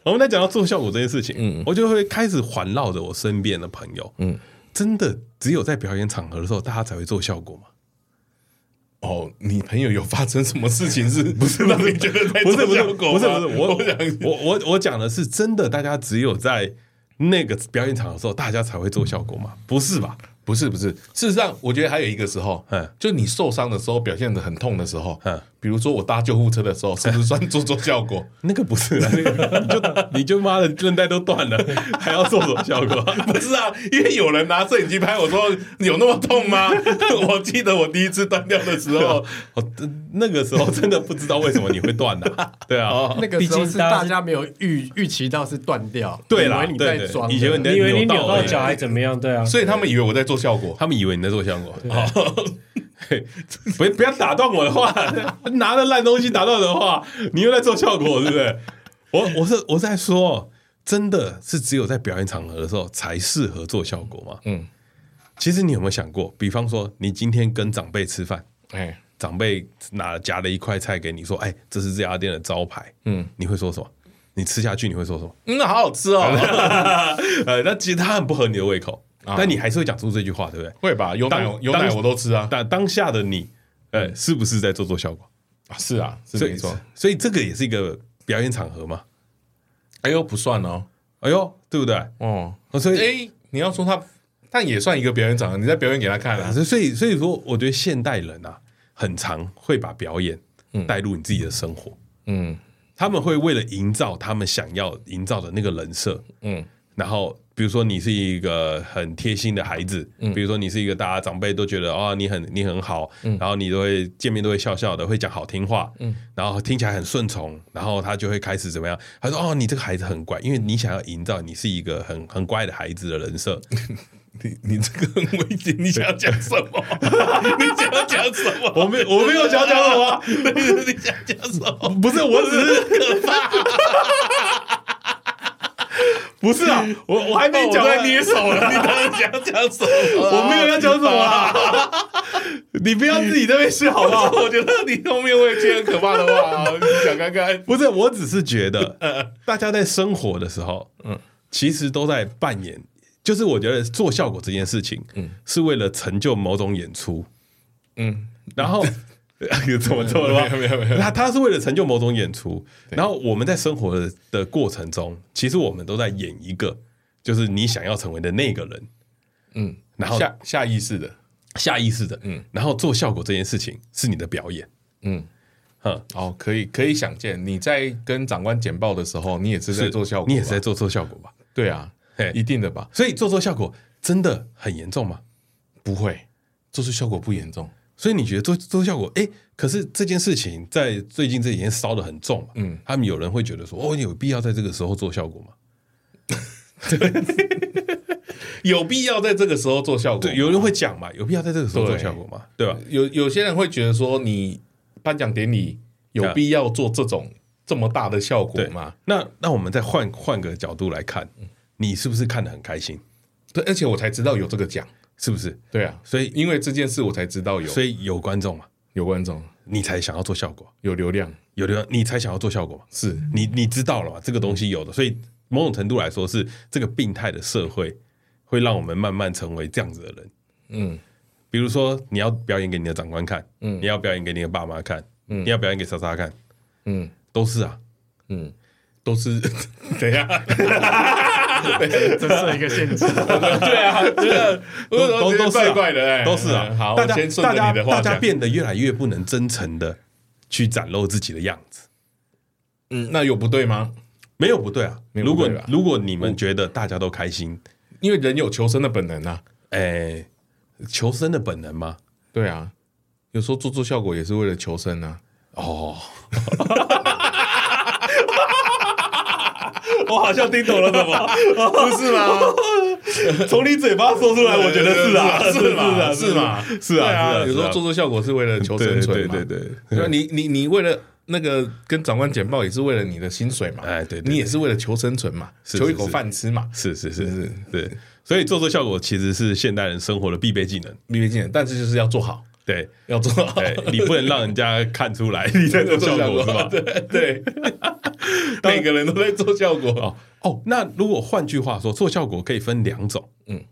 [SPEAKER 1] 我们在讲到做效果这件事情，嗯，我就会开始环绕着我身边的朋友，嗯，真的只有在表演场合的时候，大家才会做效果吗？
[SPEAKER 2] 哦，你朋友有发生什么事情是 [laughs] 不是让你觉得在
[SPEAKER 1] 不是
[SPEAKER 2] 做
[SPEAKER 1] 不是
[SPEAKER 2] 效果
[SPEAKER 1] 不
[SPEAKER 2] 吗？
[SPEAKER 1] 是不是，我
[SPEAKER 2] 啊我想
[SPEAKER 1] 我我我讲的是真的，大家只有在那个表演场的时候，大家才会做效果吗？不是吧？
[SPEAKER 2] 不是不是，事实上，我觉得还有一个时候，
[SPEAKER 1] 嗯
[SPEAKER 2] 嗯，就你受伤的时候表现的很痛的时候，
[SPEAKER 1] 嗯
[SPEAKER 2] 嗯，比如说我搭救护车的时候，是不是算做做效果？
[SPEAKER 1] 那个不是、啊，那个你就你就妈的韧带都断了，还要做什么效果？
[SPEAKER 2] [laughs] 不是啊，因为有人拿摄影机拍我说有那么痛 [laughs] 吗？我记得我第一次断掉的时 [laughs] 候，
[SPEAKER 1] 哦，那个 [laughs] 时候真的不知道为什么你会断的、对啊，
[SPEAKER 4] 那个
[SPEAKER 3] 毕
[SPEAKER 4] 时候
[SPEAKER 3] 竟
[SPEAKER 4] 是
[SPEAKER 3] 大家
[SPEAKER 4] 大家没有预预期到是断掉，
[SPEAKER 1] 对
[SPEAKER 4] 以
[SPEAKER 1] 啦
[SPEAKER 4] 为你
[SPEAKER 1] 对
[SPEAKER 4] 在
[SPEAKER 1] 对
[SPEAKER 4] 装的，
[SPEAKER 1] 以前你
[SPEAKER 3] 你以为你扭
[SPEAKER 1] 扭到
[SPEAKER 3] 到
[SPEAKER 1] 而已
[SPEAKER 3] 脚还怎么样？对啊，
[SPEAKER 2] 所以他们以为我在做效果。
[SPEAKER 1] 他们以为你在做效果。哦 [laughs] 嘿不不要打断我的话， [laughs] 拿着烂东西打断我的话，你又在做效果，是不是？我我是我在说，真的是只有在表演场合的时候才适合做效果吗？
[SPEAKER 2] 嗯，
[SPEAKER 1] 其实你有没有想过，比方说你今天跟长辈吃饭，
[SPEAKER 2] [laughs] 哎，
[SPEAKER 1] 长辈拿夹了一块菜给你说，哎，这是这家店的招牌，嗯，你会说什么？你吃下去你会说什么？
[SPEAKER 2] 嗯，好好吃哦，
[SPEAKER 1] 呃，那其实它很不合你的胃口，
[SPEAKER 2] 啊
[SPEAKER 1] 但你还是会讲出这句话，对不对？
[SPEAKER 2] [laughs] 会吧？有奶
[SPEAKER 1] 当
[SPEAKER 2] 有奶
[SPEAKER 1] 当
[SPEAKER 2] 我都吃啊，
[SPEAKER 1] 但当下的你，呃，是不是在做做效果？
[SPEAKER 2] 啊是啊，嗯是
[SPEAKER 1] 所
[SPEAKER 2] 没
[SPEAKER 1] 以
[SPEAKER 2] 错。，
[SPEAKER 1] 所以这个也是一个表演场合嘛。
[SPEAKER 2] 哎呦，不算哦，
[SPEAKER 1] 哎呦，对不对？
[SPEAKER 2] 哦，
[SPEAKER 1] 哦所以，
[SPEAKER 2] 哎，你要说他，但也算一个表演场合，你在表演给他看啊。
[SPEAKER 1] 所以，所以说，我觉得现代人啊，很常会把表演带入你自己的生活。
[SPEAKER 2] 嗯
[SPEAKER 1] 他们会为了营造他们想要营造的那个人设，
[SPEAKER 2] 嗯，
[SPEAKER 1] 然后比如说你是一个很贴心的孩子，
[SPEAKER 2] 嗯
[SPEAKER 1] 比如说你是一个大家长辈都觉得哦你很你很好，
[SPEAKER 2] 嗯
[SPEAKER 1] 然后你都会见面都会笑笑的，会讲好听话，然后听起来很顺从，然后他就会开始怎么样？他说哦你这个孩子很乖，因为你想要营造你是一个很很乖的孩子的人设，
[SPEAKER 2] 你你这个很危险，你想要讲什 [laughs] 么？你想要讲什么？
[SPEAKER 1] 我没我没有想讲什
[SPEAKER 2] 啊 [laughs]
[SPEAKER 1] 么，
[SPEAKER 2] 你想讲什么？
[SPEAKER 1] 不是我只是。不是啊，我我还没讲
[SPEAKER 2] 我
[SPEAKER 4] 哦
[SPEAKER 1] 完
[SPEAKER 2] 在，捏手了，你到底想讲什么、
[SPEAKER 1] 我没有要讲什么啦， [laughs] 你不要自己在那边试好不好？
[SPEAKER 2] [laughs] 我觉得你后面会接很可怕的话、哦，你想看看？
[SPEAKER 1] 不是，我只是觉得大家在生活的时候，嗯，其实都在扮演，就是我觉得做效果这件事情，嗯，是为了成就某种演出，
[SPEAKER 2] 嗯，
[SPEAKER 1] 然后 [laughs] 怎么怎么了吗？
[SPEAKER 2] 没有没有没有
[SPEAKER 1] 他他是为了成就某种演出，然后我们在生活的的过程中，其实我们都在演一个，就是你想要成为的那个人，
[SPEAKER 2] 嗯，
[SPEAKER 1] 然后
[SPEAKER 2] 下下意识的，
[SPEAKER 1] 下意识的，嗯，然后做效果这件事情是你的表演，
[SPEAKER 2] 嗯，
[SPEAKER 1] 嗯，
[SPEAKER 2] 哦，可以可以想见，你在跟长官简报的时候，你也是在
[SPEAKER 1] 是
[SPEAKER 2] 做效果吧，
[SPEAKER 1] 你也是在做做效果吧？
[SPEAKER 2] 对啊
[SPEAKER 1] 嘿，
[SPEAKER 2] 一定的吧？
[SPEAKER 1] 所以做做效果真的很严重吗？
[SPEAKER 2] 不会，做出效果不严重，
[SPEAKER 1] 所以你觉得做做效果，哎，可是这件事情在最近这几天烧的很重嘛，嗯
[SPEAKER 2] 嗯，哦
[SPEAKER 1] 他们有人会觉得说，哦，有必要在这个时候做效果吗？
[SPEAKER 2] 有必要在这个时候做效果？
[SPEAKER 1] 对，有人会讲嘛，有必要在这个时候做效果吗？对吧？
[SPEAKER 2] 有有些人会觉得说，你颁奖典礼有必要做这种这么大的效果
[SPEAKER 1] 啊对
[SPEAKER 2] 吗？
[SPEAKER 1] 那那我们再换换个角度来看，
[SPEAKER 2] 嗯
[SPEAKER 1] 你是不是看得很开心？
[SPEAKER 2] 对，而且我才知道有这个奖，
[SPEAKER 1] 是不是？
[SPEAKER 2] 对啊，
[SPEAKER 1] 所以
[SPEAKER 2] 因为这件事我才知道有
[SPEAKER 1] 所以有观众嘛，
[SPEAKER 2] 有观众、
[SPEAKER 1] 你才想要做效果，
[SPEAKER 2] 有
[SPEAKER 1] [laughs]
[SPEAKER 2] 流量，
[SPEAKER 1] 有的人你才想要做效果嘛，
[SPEAKER 2] 是
[SPEAKER 1] 你你知道了嘛，这个东西有的，所以某种程度来说是这个病态的社会会让我们慢慢成为这样子的人。
[SPEAKER 2] 嗯
[SPEAKER 1] 比如说，你要表演给你的长官看，
[SPEAKER 2] 嗯
[SPEAKER 1] 你要表演给你的爸妈看，
[SPEAKER 2] 嗯
[SPEAKER 1] 你要表演给莎莎看，
[SPEAKER 2] 嗯
[SPEAKER 1] 都是啊，
[SPEAKER 2] 嗯，都是等一 [laughs] 下，
[SPEAKER 4] 这是一个限制。
[SPEAKER 2] 对啊，真的
[SPEAKER 1] 都都都是啊
[SPEAKER 2] 怪怪的，
[SPEAKER 1] [laughs]
[SPEAKER 2] 哎
[SPEAKER 1] 都是啊。
[SPEAKER 2] 嗯 [laughs] 好，
[SPEAKER 1] 大家
[SPEAKER 2] 我先顺
[SPEAKER 1] 大
[SPEAKER 2] 着
[SPEAKER 1] 家
[SPEAKER 2] 你的话
[SPEAKER 1] 大家
[SPEAKER 2] 讲，
[SPEAKER 1] 变得越来越不能真诚的去展露自己的样子，
[SPEAKER 2] 嗯，那有不对吗？
[SPEAKER 1] 没有不对啊。
[SPEAKER 2] 没有
[SPEAKER 1] 如果
[SPEAKER 2] 不对吧
[SPEAKER 1] 如果你们觉得大家都开心，
[SPEAKER 2] 因为人有求生的本能啊，
[SPEAKER 1] 哎，求生的本能吗？
[SPEAKER 2] 对啊，有时候做做效果也是为了求生啊。
[SPEAKER 1] 哦，我好像听懂了什 [laughs] 么， [laughs] 不是吗？从你嘴巴说出来，我觉得是啊，
[SPEAKER 2] 是
[SPEAKER 1] 啊，
[SPEAKER 2] 嘛，
[SPEAKER 1] 是
[SPEAKER 2] 嘛，
[SPEAKER 1] 是啊，是
[SPEAKER 2] 对
[SPEAKER 1] 啊，
[SPEAKER 2] 有时候做做效果是为了求生
[SPEAKER 1] 对
[SPEAKER 2] 存
[SPEAKER 1] 对
[SPEAKER 2] 嘛，
[SPEAKER 1] 对对， [laughs]
[SPEAKER 2] 对吧，你你你为了那个跟长官简报也是为了你的薪水嘛，
[SPEAKER 1] 哎对对对
[SPEAKER 2] 你也是为了求生存嘛，
[SPEAKER 1] 是
[SPEAKER 2] 求一
[SPEAKER 1] 是
[SPEAKER 2] 口
[SPEAKER 1] 是
[SPEAKER 2] 饭吃嘛，
[SPEAKER 1] 是是是
[SPEAKER 2] 是
[SPEAKER 1] 是
[SPEAKER 2] 是，
[SPEAKER 1] 对，所以做做效果其实是现代人生活的必备技能，
[SPEAKER 2] 毕业见，但是就是要做好，
[SPEAKER 1] 对。
[SPEAKER 2] 要做好，
[SPEAKER 1] 哎， [laughs] 你不能让人家看出来你在做效果，是吧？
[SPEAKER 2] 对对，每个人都在做效果，
[SPEAKER 1] 哦哦，那如果换句话说，做效果可以分两种，嗯
[SPEAKER 2] 嗯，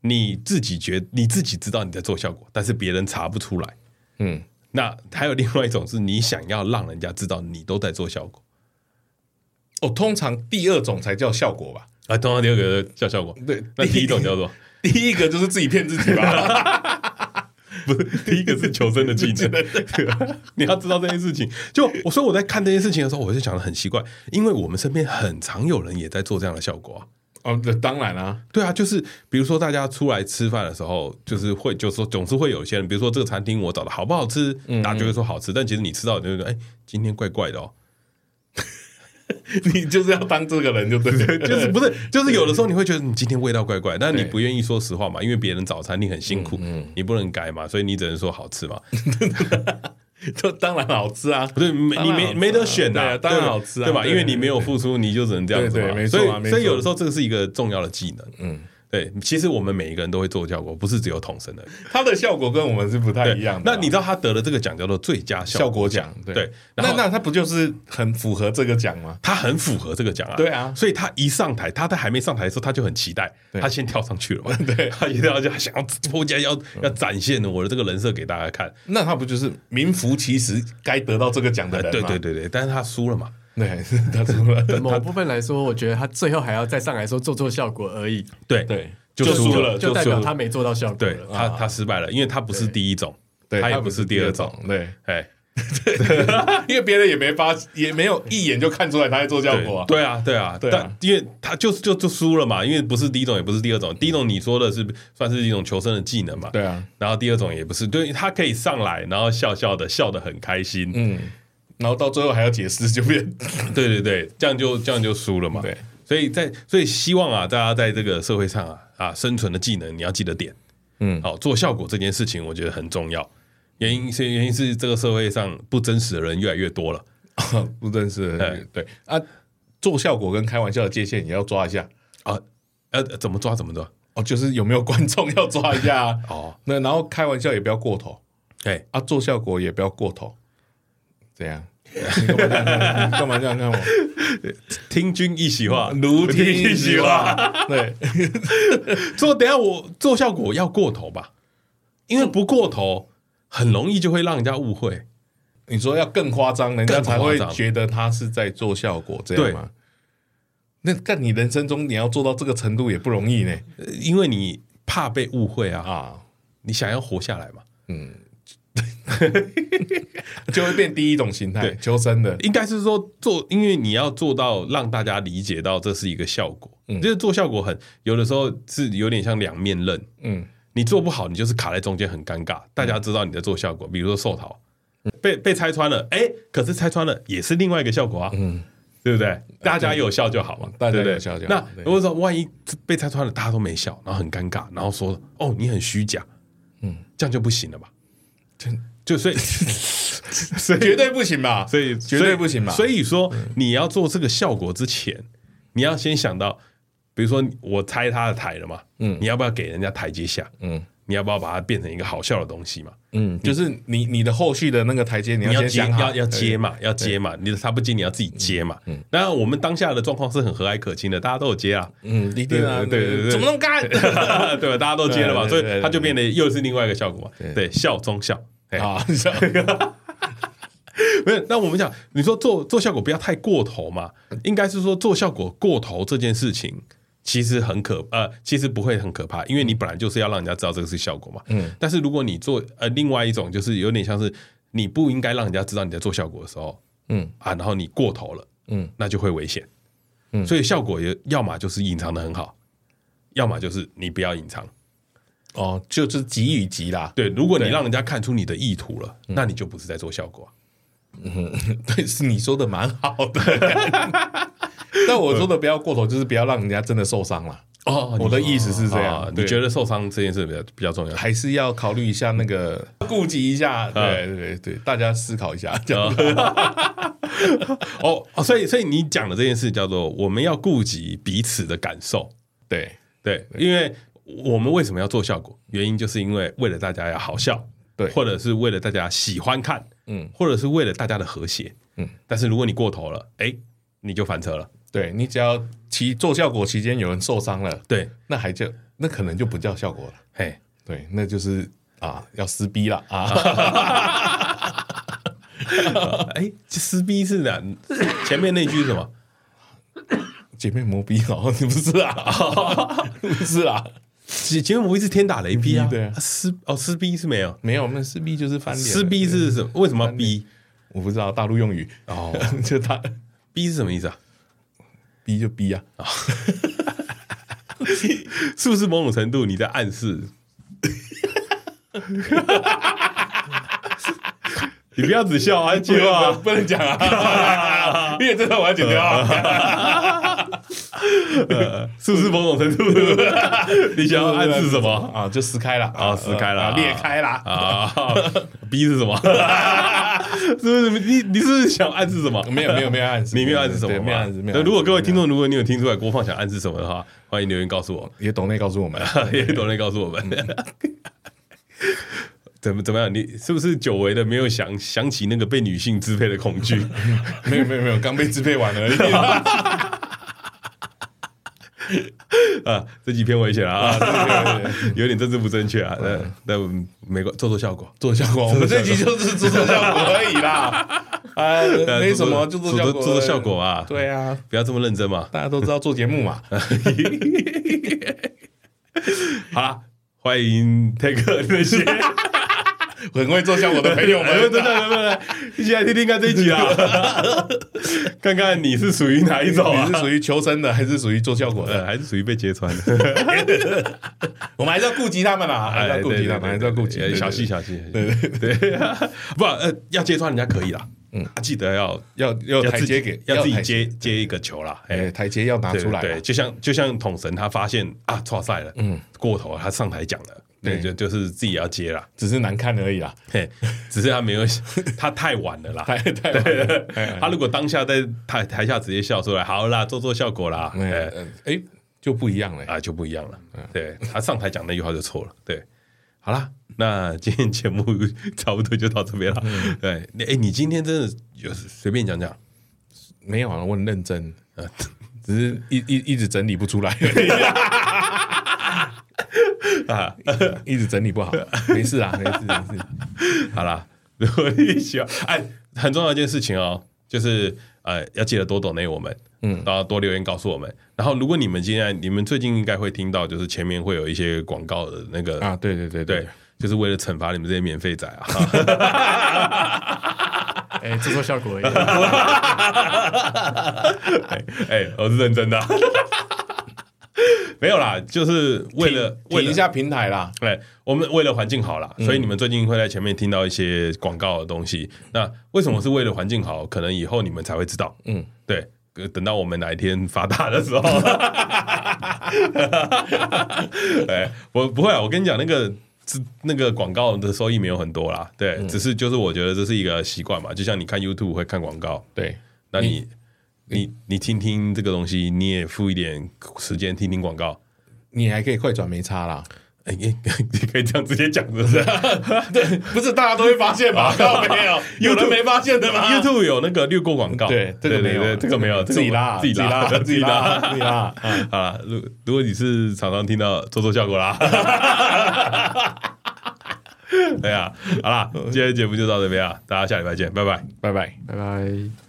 [SPEAKER 1] 你自己觉你自己知道你在做效果，但是别人查不出来。
[SPEAKER 2] 嗯，
[SPEAKER 1] 那还有另外一种是你想要让人家知道你都在做效果
[SPEAKER 2] 哦，通常第二种才叫效果吧，
[SPEAKER 1] 啊。通常第二个叫效果，
[SPEAKER 2] 对
[SPEAKER 1] 那
[SPEAKER 2] 第一
[SPEAKER 1] 第一种叫做
[SPEAKER 2] 第一个就是自己骗自己吧，
[SPEAKER 1] 不是第一个是求生的技 [laughs] 能，你要知道这件事情。就我说我在看这件事情的时候，我就想的很奇怪，因为我们身边很常有人也在做这样的效果啊。
[SPEAKER 2] 哦，那当然啊，
[SPEAKER 1] 对啊，就是比如说大家出来吃饭的时候，就是会就说总是会有一些人，比如说这个餐厅我找的好不好吃，大家就会说好吃，但其实你吃到你就会觉得哎，今天怪怪的哦，
[SPEAKER 2] 你就是要当这个人就对了，
[SPEAKER 1] 就是
[SPEAKER 2] [laughs]
[SPEAKER 1] 不是就是有的时候你会觉得你嗯今天味道怪怪，但你
[SPEAKER 2] 对嗯
[SPEAKER 1] 不愿意说实话嘛，因为别人找餐厅很辛苦，你不能改嘛，所以你只能说好吃嘛，
[SPEAKER 2] [laughs] 就当然好吃啊，
[SPEAKER 1] 不对，没
[SPEAKER 2] 当
[SPEAKER 1] 你
[SPEAKER 2] 然
[SPEAKER 1] 没
[SPEAKER 2] 好吃啊
[SPEAKER 1] 没得选
[SPEAKER 2] 对
[SPEAKER 1] 呐，
[SPEAKER 2] 啊当然
[SPEAKER 1] 对吧
[SPEAKER 2] 好吃啊
[SPEAKER 1] 对吧？
[SPEAKER 2] 对
[SPEAKER 1] 因为你没有付出，你就只能这样子嘛
[SPEAKER 2] 对，对没错
[SPEAKER 1] 所
[SPEAKER 2] 啊
[SPEAKER 1] 以
[SPEAKER 2] 没错
[SPEAKER 1] 所以有的时候这个是一个重要的技能，嗯。对，其实我们每一个人都会做效果，不是只有童声的。
[SPEAKER 2] 它的效果跟我们是不太
[SPEAKER 1] 对
[SPEAKER 2] 一样的啊。
[SPEAKER 1] 那你知道他得了这个奖叫做最佳效
[SPEAKER 2] 效果奖，
[SPEAKER 1] 对然
[SPEAKER 2] 那
[SPEAKER 1] 后
[SPEAKER 2] 那他不就是很符合这个奖吗？
[SPEAKER 1] 他很符合这个奖啊，
[SPEAKER 2] 对啊
[SPEAKER 1] 所以他一上台，他在还没上台的时候，他就很期待，
[SPEAKER 2] 对
[SPEAKER 1] 他先跳上去了
[SPEAKER 2] [laughs]
[SPEAKER 1] 嘛，对， [laughs] 他一定要就想要我家要
[SPEAKER 2] 嗯
[SPEAKER 1] 要展现我的这个人设给大家看，
[SPEAKER 2] 那他不就是名副其实该得到这个奖的
[SPEAKER 1] 呃
[SPEAKER 2] 人
[SPEAKER 1] 对
[SPEAKER 2] 吗？
[SPEAKER 1] 对对对，但是他输了嘛，
[SPEAKER 2] 对，他输了，
[SPEAKER 1] [laughs]
[SPEAKER 4] 某部分来说，我觉得他最后还要再上来说做做效果而已，
[SPEAKER 1] 对
[SPEAKER 2] 对，
[SPEAKER 1] 就
[SPEAKER 2] 就
[SPEAKER 1] 输
[SPEAKER 2] 输
[SPEAKER 1] 了
[SPEAKER 2] 了，
[SPEAKER 4] 就代表
[SPEAKER 2] 输
[SPEAKER 4] 他
[SPEAKER 2] 了啊
[SPEAKER 4] 没做到效果
[SPEAKER 1] 对
[SPEAKER 4] 了。
[SPEAKER 1] 他他失败了，因为他不是第一种，
[SPEAKER 2] 对
[SPEAKER 1] 他也
[SPEAKER 2] 他
[SPEAKER 1] 不
[SPEAKER 2] 不
[SPEAKER 1] 是
[SPEAKER 2] 是
[SPEAKER 1] 第
[SPEAKER 2] 第
[SPEAKER 1] 二
[SPEAKER 2] 二
[SPEAKER 1] 种，
[SPEAKER 2] 种，对，啊
[SPEAKER 1] 哎，
[SPEAKER 2] 因为别人也没发，也没有一眼就看出来他在做效
[SPEAKER 1] 对
[SPEAKER 2] 果啊。
[SPEAKER 1] 对啊对啊，
[SPEAKER 2] 对啊
[SPEAKER 1] 但因为他就就就输了嘛，因为不是第一种，也不是第二种，第一种你说的是算是一种求生的技能嘛，
[SPEAKER 2] 嗯对啊，
[SPEAKER 1] 然后第二种也不是，对他可以上来，然后笑笑的，笑得很开心，
[SPEAKER 2] 嗯，然后到最后还要解释，就变
[SPEAKER 1] [laughs] 对对对，这样就这样就输了嘛。
[SPEAKER 2] 对，
[SPEAKER 1] 所以在所以希望啊，大家在这个社会上啊啊生存的技能你要记得点，
[SPEAKER 2] 嗯
[SPEAKER 1] 好做效果这件事情我觉得很重要。原因是原因是这个社会上不真实的人越来越多了，
[SPEAKER 2] 不认识
[SPEAKER 1] 哎
[SPEAKER 2] 的。 [laughs] 对啊，做效果跟开玩笑的界限也要抓一下
[SPEAKER 1] 啊，呃，怎么抓怎么抓。
[SPEAKER 2] 哦，就是有没有观众要抓一下啊
[SPEAKER 1] [laughs] 哦，
[SPEAKER 2] 那然后开玩笑也不要过头，
[SPEAKER 1] 哎，
[SPEAKER 2] 啊，做效果也不要过头，怎样？你干嘛这样看我你干嘛这样看 [laughs] 我？
[SPEAKER 1] 听君一席话，
[SPEAKER 2] 如听
[SPEAKER 1] 一
[SPEAKER 2] 一席
[SPEAKER 1] 话。
[SPEAKER 2] 话，对，
[SPEAKER 1] 做等一下我做效果要过头吧，因为不过头很容易就会让人家误会。
[SPEAKER 2] 你说要更夸张，人家
[SPEAKER 1] 更夸
[SPEAKER 2] 才
[SPEAKER 1] 张
[SPEAKER 2] 会觉得他是在做效果，这样吗？那但你人生中你要做到这个程度也不容易呢
[SPEAKER 1] 呃因为你怕被误会啊，
[SPEAKER 2] 啊，
[SPEAKER 1] 你想要活下来嘛，
[SPEAKER 2] 就会变第一种形态
[SPEAKER 1] 对，
[SPEAKER 2] 求生的，
[SPEAKER 1] 应该是说做，因为你要做到让大家理解到这是一个效果，
[SPEAKER 2] 嗯
[SPEAKER 1] 就是做效果很有的时候是有点像两面刃，
[SPEAKER 2] 嗯，
[SPEAKER 1] 你做不好，你就是卡在中间，很尴尬。大家知道你在做效果，比如说寿桃被被拆穿了，哎、可是拆穿了也是另外一个效果啊，嗯，对不对？大家有笑就好嘛，
[SPEAKER 2] 大家
[SPEAKER 1] 对不对
[SPEAKER 2] 有笑就好
[SPEAKER 1] 那
[SPEAKER 2] 对
[SPEAKER 1] 如果说万一被拆穿了，大家都没笑，然后很尴尬，然后说哦你很虚假，嗯，这样就不行了吧？就
[SPEAKER 2] [laughs]
[SPEAKER 1] 所以所以
[SPEAKER 2] 绝对不行吧？
[SPEAKER 1] 所以
[SPEAKER 2] 绝对不行吧？嗯
[SPEAKER 1] 所以说，你要做这个效果之前，你要先想到，比如说我拆他的台了嘛，嗯，你要不要给人家台阶下？
[SPEAKER 2] 嗯
[SPEAKER 1] 你要不要把它变成一个好笑的东西嘛？
[SPEAKER 2] 嗯，就是你你的后续的那个台阶，你
[SPEAKER 1] 你要
[SPEAKER 2] 先
[SPEAKER 1] 接
[SPEAKER 2] 想好
[SPEAKER 1] 要要接嘛，要接嘛，你的他不接，你要自己接嘛。嗯，当然我们当下的状况是很和蔼可亲的，大家都有接
[SPEAKER 2] [laughs]
[SPEAKER 1] 啊，
[SPEAKER 2] 嗯，一定啊，
[SPEAKER 1] 对对对对
[SPEAKER 2] 怎么那么干？
[SPEAKER 1] 对吧？大家都接了嘛，
[SPEAKER 2] 对
[SPEAKER 1] 所
[SPEAKER 2] 对对
[SPEAKER 1] 以它就变得又是另外一个效果嘛。
[SPEAKER 2] 对
[SPEAKER 1] 对，笑中笑，哎，
[SPEAKER 2] [laughs] 啊，
[SPEAKER 1] 没有，那我们讲，你说做做效果不要太过头嘛，应该是说做效果过头这件事情。其实很可呃，其实不会很可怕，因为你本来就是要让人家知道这个是效果嘛。嗯。但是如果你做呃另外一种，就是有点像是你不应该让人家知道你在做效果的时候，
[SPEAKER 2] 嗯
[SPEAKER 1] 啊，然后你过头了，
[SPEAKER 2] 嗯，
[SPEAKER 1] 那就会危险。嗯。所以效果也要么就是隐藏的很好，要么就是你不要隐藏。
[SPEAKER 2] 哦，就是急与急啦， [laughs]
[SPEAKER 1] 对，如果你
[SPEAKER 2] 对
[SPEAKER 1] 让人家看出你的意图了，那你就不是在做效果啊、
[SPEAKER 2] 对，是你说的蛮好的。 [laughs] 但我说的不要过头，就是不要让人家真的受伤了。
[SPEAKER 1] 哦
[SPEAKER 2] 我的意思是这
[SPEAKER 1] 啊
[SPEAKER 2] 样，
[SPEAKER 1] 你觉
[SPEAKER 2] 哦得
[SPEAKER 1] 得受伤这件事比较比较重要？
[SPEAKER 2] 还是要考虑一下那个，啊顾及一下，对对对对，大家思考一下。这样
[SPEAKER 1] [laughs] 哦，哦所以所以你讲的这件事叫做我们要顾及彼此的感受，
[SPEAKER 2] 对
[SPEAKER 1] 对，因为我们为什么要做效果？原因就是因为为了大家要好笑，
[SPEAKER 2] 对
[SPEAKER 1] 或者是为了大家喜欢看，
[SPEAKER 2] 嗯，
[SPEAKER 1] 或者是为了大家的和谐，
[SPEAKER 2] 嗯。
[SPEAKER 1] 但是如果你过头了，哎，你就翻车了，
[SPEAKER 2] 对，你只要其做效果期间有人受伤了，
[SPEAKER 1] 对，
[SPEAKER 2] 那还叫那可能就不叫效果了。
[SPEAKER 1] 嘿，
[SPEAKER 2] 对，那就是啊，要撕逼了啊。
[SPEAKER 1] 哎，这撕逼是哪？ [coughs] 前面那句是什么？
[SPEAKER 2] 姐妹磨逼哦，你不是 [laughs] 啊？不是啊，
[SPEAKER 1] 前前面不会是天打雷劈啊？
[SPEAKER 2] 嗯对啊
[SPEAKER 1] 撕哦撕逼是没有，
[SPEAKER 2] 没有，那撕逼就是翻脸。
[SPEAKER 1] 撕逼是什么？为什么要逼？
[SPEAKER 2] 我不知道大陆用语哦， [laughs] 就他
[SPEAKER 1] 逼是什么意思啊？
[SPEAKER 2] 逼就逼啊，
[SPEAKER 1] [laughs] 是不是某种程度你在暗示？ [laughs] 你不要只笑啊，接啊！
[SPEAKER 2] 不能讲 [laughs] 啊，因为这段我要剪掉啊。
[SPEAKER 1] 是不是某种程度 [laughs] 你想要暗示什么
[SPEAKER 2] 啊？就撕开了
[SPEAKER 1] 啊撕开了
[SPEAKER 2] 啊
[SPEAKER 1] 啊
[SPEAKER 2] 裂开了。
[SPEAKER 1] 啊？ [laughs] 逼是什么？ [laughs] 是不是你你是不是想暗示什么？
[SPEAKER 2] 没有没 [laughs] 有没有暗示，
[SPEAKER 1] 你没有暗示什么
[SPEAKER 2] 对
[SPEAKER 1] 吗？
[SPEAKER 2] 没有暗示，没有
[SPEAKER 1] 那
[SPEAKER 2] 暗示。
[SPEAKER 1] 如果各位听众，如果你有听出来郭放想暗示什么的话，欢迎留言告诉我，
[SPEAKER 2] 也懂内告诉我们，
[SPEAKER 1] [laughs]
[SPEAKER 2] 啊
[SPEAKER 1] 也懂得告诉我们。怎么怎么样？你是不是久违的没有想想起那个被女性支配的恐
[SPEAKER 2] [laughs]
[SPEAKER 1] 惧？
[SPEAKER 2] [laughs] 没有没有没有，刚被支配完而已。 [laughs]
[SPEAKER 1] 啊，这几篇危险了啊，
[SPEAKER 2] 对对对
[SPEAKER 1] [laughs] 有点政治不正确啊。那那我们没关做做效果，
[SPEAKER 2] 做效果，我们这集就是做做效果而已 [laughs] 啦。啊，
[SPEAKER 1] 呃
[SPEAKER 2] 没什么，就
[SPEAKER 1] 做
[SPEAKER 2] 做效
[SPEAKER 1] 做
[SPEAKER 2] 果，
[SPEAKER 1] 做效果啊。，
[SPEAKER 2] 对啊，
[SPEAKER 1] 不要这么认真嘛。
[SPEAKER 2] 大家都知道做节目嘛， [laughs]
[SPEAKER 1] 好啦，欢迎 take 那
[SPEAKER 2] [laughs]
[SPEAKER 1] 些，
[SPEAKER 2] 很会做效果的朋友 [laughs]
[SPEAKER 1] 我们
[SPEAKER 2] 们，
[SPEAKER 1] 真的真的一起来听听看这一集啊， [laughs] 看看你是属于哪一种
[SPEAKER 2] 你
[SPEAKER 1] 啊
[SPEAKER 2] 是？属于求生的还是属于做效果
[SPEAKER 1] 呃，
[SPEAKER 2] 的？
[SPEAKER 1] 还是属于被揭穿的，
[SPEAKER 2] [laughs] 我们还是要顾及他们
[SPEAKER 1] 哎
[SPEAKER 2] 啦，还是要顾及他们，还是要顾及
[SPEAKER 1] 哎对对对对对小细
[SPEAKER 2] 心，
[SPEAKER 1] 小细，
[SPEAKER 2] 对对，对
[SPEAKER 1] 对， [laughs] 不呃，要揭穿人家可以啦，嗯，记得要
[SPEAKER 2] 要要
[SPEAKER 1] 要
[SPEAKER 2] 台
[SPEAKER 1] 自己
[SPEAKER 2] 阶给，
[SPEAKER 1] 要自己
[SPEAKER 2] 台阶，
[SPEAKER 1] 接接一个球啦，哎
[SPEAKER 2] 哎，，台阶要拿
[SPEAKER 1] 对
[SPEAKER 2] 出来啊，
[SPEAKER 1] 对，就像就像统神他发现啊，错赛了，嗯，过头了，他上台讲了，对，就
[SPEAKER 2] 对
[SPEAKER 1] 就是自己要接啦，
[SPEAKER 2] 只是难看而已啦，
[SPEAKER 1] 嘿，只是他没有，他太晚了啦，
[SPEAKER 2] 太太晚了哎
[SPEAKER 1] 他如果当下在台台下直接笑出来，好啦，做做效果啦，
[SPEAKER 2] 哎
[SPEAKER 1] 哎
[SPEAKER 2] 呃哎就不一样了。
[SPEAKER 1] 啊就不一样了，
[SPEAKER 2] 嗯
[SPEAKER 1] 对他上台讲那句话就错了，对，好啦。 [laughs] 那今天节目差不多就到这边了。
[SPEAKER 2] 嗯
[SPEAKER 1] 对，你哎、你今天真的有随便讲 [laughs] 讲，
[SPEAKER 2] 没有啊，我很认真，呃， [laughs] 只是一一一直整理不出来 [laughs] 啊， [laughs] 一直整理不好，没事啊，没事没事，
[SPEAKER 1] 好啦， [laughs] 如果你喜欢，哎，很重要一件事情哦，就是呃，要记得多 donate 我们，嗯，然后多留言告诉我们。然后，如果你们现在，你们最近应该会听到，就是前面会有一些广告的那个，
[SPEAKER 2] 啊，对对对
[SPEAKER 1] 对，，就是为了惩罚你们这些免费仔啊。 [laughs]
[SPEAKER 4] 哎，制作效果而已。
[SPEAKER 1] 哎、我是认真的。 [laughs] 没有啦，就是为了为
[SPEAKER 2] 停
[SPEAKER 1] 了
[SPEAKER 2] 一下平台啦，
[SPEAKER 1] 对，哎我们为了环境好啦，所以你们最近会在前面听到一些广告的东西。那为什么是为了环境好？可能以后你们才会知道。嗯
[SPEAKER 2] 嗯，
[SPEAKER 1] 对，呃等到我们哪一天发达的时候， [laughs] 哎，我不会啊，我跟你讲那个。这那个广告的收益没有很多啦，对，只是就是我觉得这是一个习惯嘛，就像你看 YouTube 会看广告，
[SPEAKER 2] 对，
[SPEAKER 1] 那你你你听听这个东西，你也付一点时间听听广告，
[SPEAKER 2] 你还可以快转没差啦。
[SPEAKER 1] 哎、 [laughs] 你你可以这样直接讲，是不是？
[SPEAKER 2] 对，不是大家都会发现吧？到 [laughs] 没有，有人没发现的吗
[SPEAKER 1] [laughs] YouTube 有那个略过广告，
[SPEAKER 2] 对，这
[SPEAKER 1] 对
[SPEAKER 2] 个没
[SPEAKER 1] 对
[SPEAKER 2] 有，
[SPEAKER 1] 对这个没有，这个
[SPEAKER 2] 自己拉，
[SPEAKER 1] 自己拉， [laughs]
[SPEAKER 2] 自己拉，自己拉。啊
[SPEAKER 1] 啊！如如果你是常常听到，做做效果啦。 [laughs] [laughs] 哎对啊，好啦，今天节目就到这边啊，大家下礼拜见，拜拜。
[SPEAKER 2] 拜拜。
[SPEAKER 4] 拜拜。